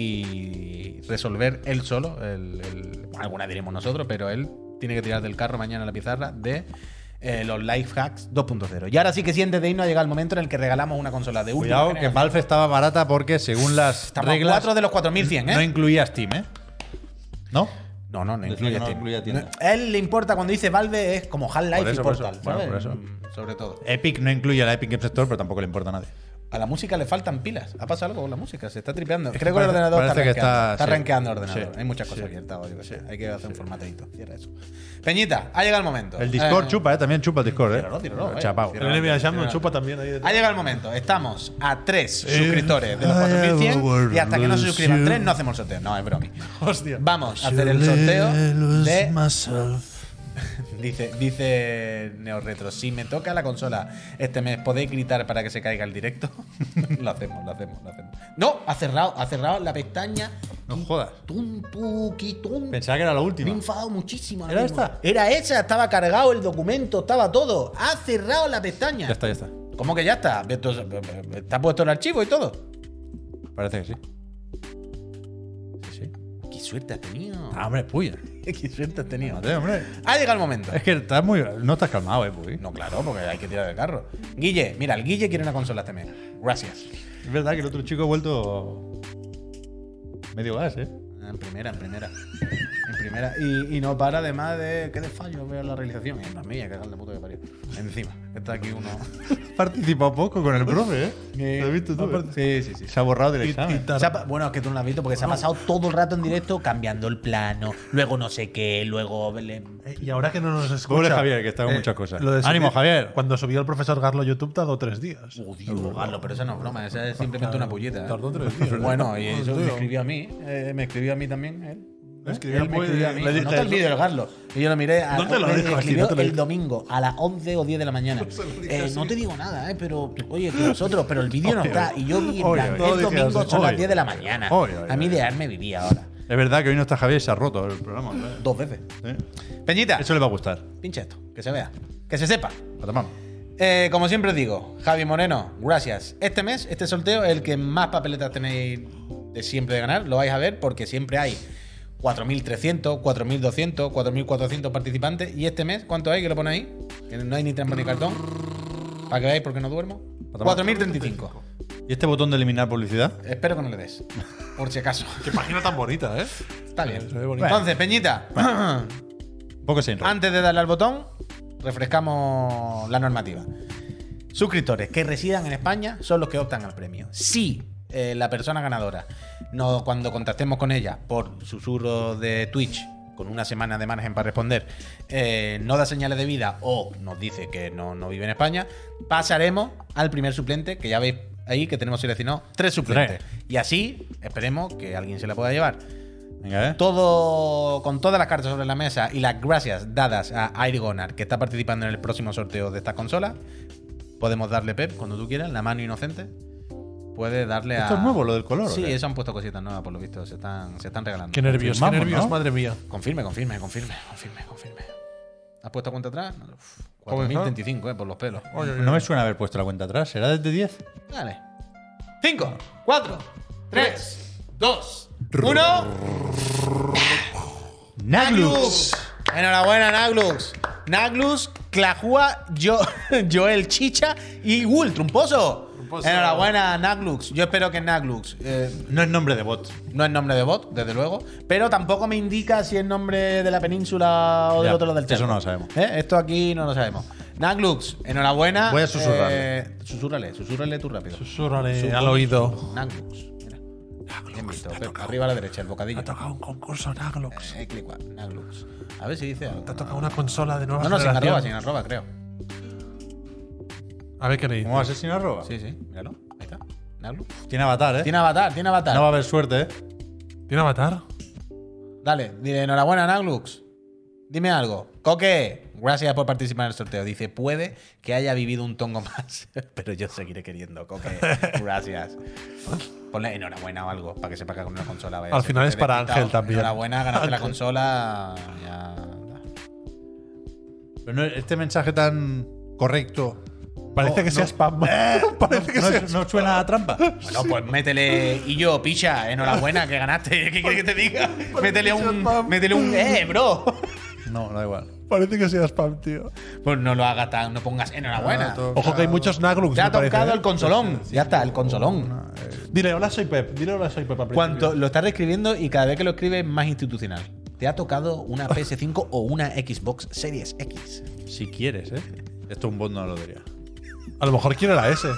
B: y resolver él solo, el, el- bueno, alguna diremos nosotros, pero él tiene que tirar del carro mañana a la pizarra de eh, los Life Hacks 2.0. Y ahora sí que sientes de irnos ha llegado el momento en el que regalamos una consola de última
C: Cuidado, que
B: generación.
C: Valve estaba barata porque según las
B: Estamos a
C: reglas
B: cuatro de los 4100, ¿eh?
C: no incluía Steam, ¿eh? ¿No?
B: No, no, no
A: Decía
B: incluye
A: que no
B: Steam.
A: incluye Steam.
B: No, a él le importa cuando dice Valve es como
D: Por
B: Half-Life y
D: eso, por eso.
B: Portal,
D: Bueno,
B: ¿sabes?
D: por eso.
B: Mm, Sobre todo.
C: Epic no incluye a la Epic Games Store, pero tampoco le importa a nadie.
B: A la música le faltan pilas. Ha pasado algo con la música, se está tripeando. Creo que
C: parece-
B: el ordenador está
C: parece que
B: rankeando. Está,
C: está- sí.
B: rankeando el ordenador.
C: Sí.
B: Hay muchas cosas abiertas hoy. o sea, Hay que hacer un formateito. Cierra eso. Peñita, ha llegado el momento.
C: El Discord
B: Eh,
C: chupa, ¿eh? También chupa el Discord, ¿eh?
B: Tíralo, tíralo, eh.
C: Chapao.
B: Tíralo.
D: El NBA Jam nos chupa también ahí
B: Ha
D: detrás.
B: llegado el momento. Estamos a tres
C: Eh,
B: suscriptores de los
C: I
B: 4100
C: will
B: y hasta que no se suscriban
C: see.
B: tres no hacemos el sorteo. No, es bromi.
D: Hostia.
B: Vamos a hacer el sorteo de
C: myself.
B: [laughs] Dice, dice Neo Retro, si me toca la consola este mes, ¿podéis gritar para que se caiga el directo? [laughs] lo hacemos, lo hacemos, lo hacemos. No, ha cerrado, ha cerrado la pestaña.
C: No jodas.
B: Tum, tu, qui, tum.
C: Pensaba que era la
B: Me he
C: última.
B: enfadado muchísimo. ahora
C: ¿Era
B: mismo.
C: esta?
B: Era esa, estaba cargado el documento, estaba todo. Ha cerrado la pestaña.
C: Ya está, ya está.
B: ¿Cómo que ya está? Esto- eh, Está puesto el archivo y todo.
C: Parece que sí. Sí, sí.
B: Qué suerte has tenido.
C: Ah, hombre, puya.
B: [laughs] Qué suerte has tenido.
C: Mate, hombre.
B: Ha llegado el momento.
C: Es que estás muy. No estás calmado, eh, Puy.
B: No, claro, porque hay que tirar del carro. Guille, mira, el Guille quiere una consola este mes. Gracias.
C: Es verdad que el otro chico ha vuelto. medio gas, eh.
B: Ah, En primera, en primera. En primera. Y, y no para además de que de fallo veo la realización. Es la mía, que de puto que parió. Encima, está aquí uno. [laughs]
D: ¿eh?
C: Participado poco con el profe, eh. ¿Lo has visto tú?
B: Sí, sí, sí.
C: Se ha borrado del
D: Y- y
C: examen.
D: tar-
B: Se ha pa- bueno, es que tú no lo has visto porque se ha pasado todo el rato en directo cambiando el plano, luego no sé qué, luego. le-
D: Eh, Y ahora que no nos escucha. eh,
C: Pobre Javier, que está con muchas cosas.
D: lo de subir-
C: Ánimo, Javier.
D: Cuando subió el profesor Garlo a YouTube, tardó tres días.
B: Oh, Dios, Garlo, pero esa no es broma, esa es simplemente una pulleta. ¿eh?
D: Tardó tres días.
B: Bueno, y eso me
D: Tío.
B: escribió a mí, eh, me escribió a mí también él. ¿eh?
D: Le escribió
B: Él me
D: muy-
B: escribió a mí.
D: le dije-
B: no te olvides de Garlo. Y yo lo miré. A,
D: No te lo
B: me
D: dijo así,
B: escribió
D: no te lo
B: el
D: dijo.
B: domingo a las 11 o 10 de la mañana. Eh, no te digo nada, eh, pero oye, que nosotros, pero el vídeo no está. Y yo vi en
C: Oye, oye.
B: plan, el
C: No dije
B: domingo
C: así.
B: son las
C: Oye.
B: 10 de la mañana.
C: Oye, oye,
B: A mí
C: oye.
B: de me vivía ahora.
C: Es verdad que hoy no está Javier y se ha roto el programa. ¿eh?
B: Dos veces.
C: Sí.
B: Peñita,
C: Eso le va a gustar.
B: pincha esto, que se vea, que se sepa.
C: A tomar.
B: Eh, como siempre os digo, Javi Moreno, gracias. Este mes, este sorteo es el que más papeletas tenéis de siempre de ganar. Lo vais a ver porque siempre hay 4.300, 4.200, 4.400 participantes. Y este mes, ¿cuánto hay que lo pone ahí? Que no hay ni trampa ni cartón. Para que veáis porque no duermo.
C: tomar.
B: 4.035.
C: ¿Y este botón de eliminar publicidad?
B: Espero que no le des. Por si acaso.
D: [laughs] Qué página tan bonita, ¿eh?
B: Está bien.
D: Se ve bonito.
B: Entonces, Peñita,
C: Un poco sin rollo.
B: Antes de darle al botón, refrescamos la normativa. Suscriptores que residan en España son los que optan al premio. Si eh, la persona ganadora, no, cuando contactemos con ella por susurro de Twitch, con una semana de margen para responder, eh, no da señales de vida o nos dice que no, no vive en España, pasaremos al primer suplente, que ya veis ahí que tenemos seleccionado tres suplentes. Y así esperemos que alguien se la pueda llevar
C: Venga, eh.
B: todo con todas las cartas sobre la mesa y las gracias dadas a Airgonar que está participando en el próximo sorteo de esta consola podemos darle Pep cuando tú quieras la mano inocente puede darle a
C: Esto es nuevo, lo del color, ¿o
B: sí
C: qué?
B: eso han puesto cositas nuevas por lo visto se están, se están regalando
D: Qué nervios, qué
C: Firmamos,
D: nervios,
C: ¿no?
D: madre mía.
B: confirme confirme confirme confirme confirme has puesto cuenta atrás Uf,
D: ¿Cómo está?
B: 4035 eh, por los pelos
C: No me suena haber puesto la cuenta atrás. ¿Será desde 10?
B: dale 5 4 3 2 1
C: ¡Naglux!
B: Naglux. Enhorabuena, Naglux. Naglux, Clajúa, Yo- [laughs] Joel Chicha y Wool, Trumposo.
D: Trumposo.
B: Enhorabuena, Naglux. Yo espero que Naglux. eh,
C: No es nombre de bot.
B: no es nombre de bot, desde luego. Pero tampoco me indica si es nombre de la península o del
C: Ya,
B: otro lado del
C: eso
B: charco.
C: no lo sabemos.
B: ¿Eh? Esto aquí no lo sabemos. Naglux, enhorabuena.
C: Voy a susurrarle.
B: Eh, susúrrale, susúrrale tú rápido.
D: Susurrale
C: Eh,
B: Susurra-
D: al oído.
B: Naglux. Mira.
D: Ah,
B: Bien visto. Arriba a la derecha, el bocadillo.
D: Ha tocado un concurso Naglox.
B: Eh, clic, Naglux. A ver si dice algo.
D: Te ha tocado una consola de nueva
B: No, no, sin
D: generación.
B: arroba, sin arroba, creo.
D: A ver qué le
C: ¿Cómo
D: dice.
C: va a ser sin arroba?
B: Sí, sí, míralo. Ahí está. Naglu.
C: Tiene avatar, ¿eh?
B: Tiene avatar, tiene avatar.
C: No va a haber suerte, ¿eh?
D: ¿Tiene avatar?
B: Dale, dile enhorabuena, Naglux. Dime algo. Coque, gracias por participar en el sorteo. Dice, puede que haya vivido un tongo [laughs] más, pero yo seguiré queriendo,
D: [laughs]
B: Coque. Gracias. Ponle enhorabuena o algo, para que sepa que con una consola vaya a
D: Al
B: ser.
D: final es
B: Te he
D: para
B: despistado.
D: Ángel también.
B: Enhorabuena, ganaste la
D: Ángel.
B: consola. Ya.
C: Pero no, este mensaje tan correcto.
D: Parece
C: No,
D: que
C: no. [laughs]
D: sea spam. [laughs] Parece que
C: no,
D: sea
C: es- no suena a trampa.
B: Bueno, pues métele. Y yo, picha, enhorabuena que ganaste. [laughs] ¿Qué quieres que te diga? Métele un. Métele un. ¡Eh, bro!
C: [laughs]
B: [laughs]
C: No, da igual.
D: Parece que sea spam, tío.
B: Pues no lo hagas tan. No pongas enhorabuena.
C: Ah, todo-
D: Ojo que hay muchos Naglux.
B: Te ha
D: me parece,
B: tocado
D: ¿eh?
B: el consolón. Ya está, el consolón.
D: Dile, hola, soy Pep. Dile, hola, soy Pep. al principio.
B: Cuanto lo estás reescribiendo y cada vez que lo escribes más institucional. te ha tocado una PS5 o una Xbox Series X.
C: Si quieres, ¿eh? Esto un bot no lo diría.
D: A lo mejor quiere la S.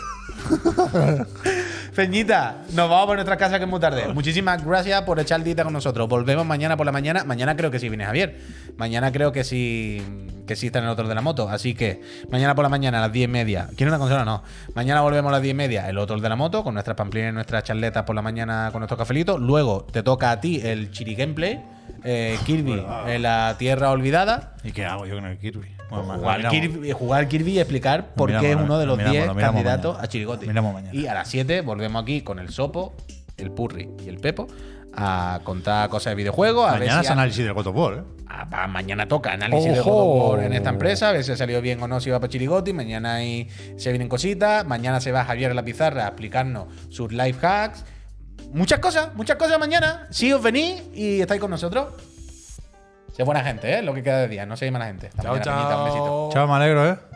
B: Feñita, nos vamos por nuestra casa que es muy tarde. Muchísimas gracias por echar el dita con nosotros. Volvemos mañana por la mañana. Mañana creo que sí viene Javier. Mañana creo que sí que sí está en el otro de la moto. Así que mañana por la mañana a las 10 y media. ¿Quiere una consola? No. Mañana volvemos a las 10 y media el otro de la moto con nuestras pamplinas y nuestras charletas por la mañana con nuestros cafelitos. Luego te toca a ti el Chiri Gameplay. eh, Kirby, eh, la tierra olvidada.
C: ¿Y qué hago yo con el Kirby?
B: Jugar Kirby, eh, jugar Kirby y explicar por
C: miramos,
B: qué es
C: lo
B: uno de los
C: miramos,
B: 10
C: lo miramos
B: candidatos
C: mañana.
B: a Chirigote.
C: Lo miramos mañana.
B: Y a las 7 volvemos aquí con el Sopo, el Purri y el Pepo a contar cosas de videojuegos. A
C: Mañana
B: ver
C: es
B: si a-
C: análisis del God of War, ¿eh?
B: Ah, pa- mañana toca análisis de God
D: Ojo.
B: of War en esta empresa, a ver si ha salido bien o no, si va para Chirigoti. Mañana ahí se vienen cositas. Mañana se va Javier a la pizarra a explicarnos sus life hacks. Muchas cosas, muchas cosas mañana. Si os venís y estáis con nosotros. Sé buena gente, ¿eh? Lo que queda de día. No seáis mala gente. Hasta
D: Chao,
B: mañana, Peñita. Un besito.
D: chao.
C: Chao, me alegro, ¿eh?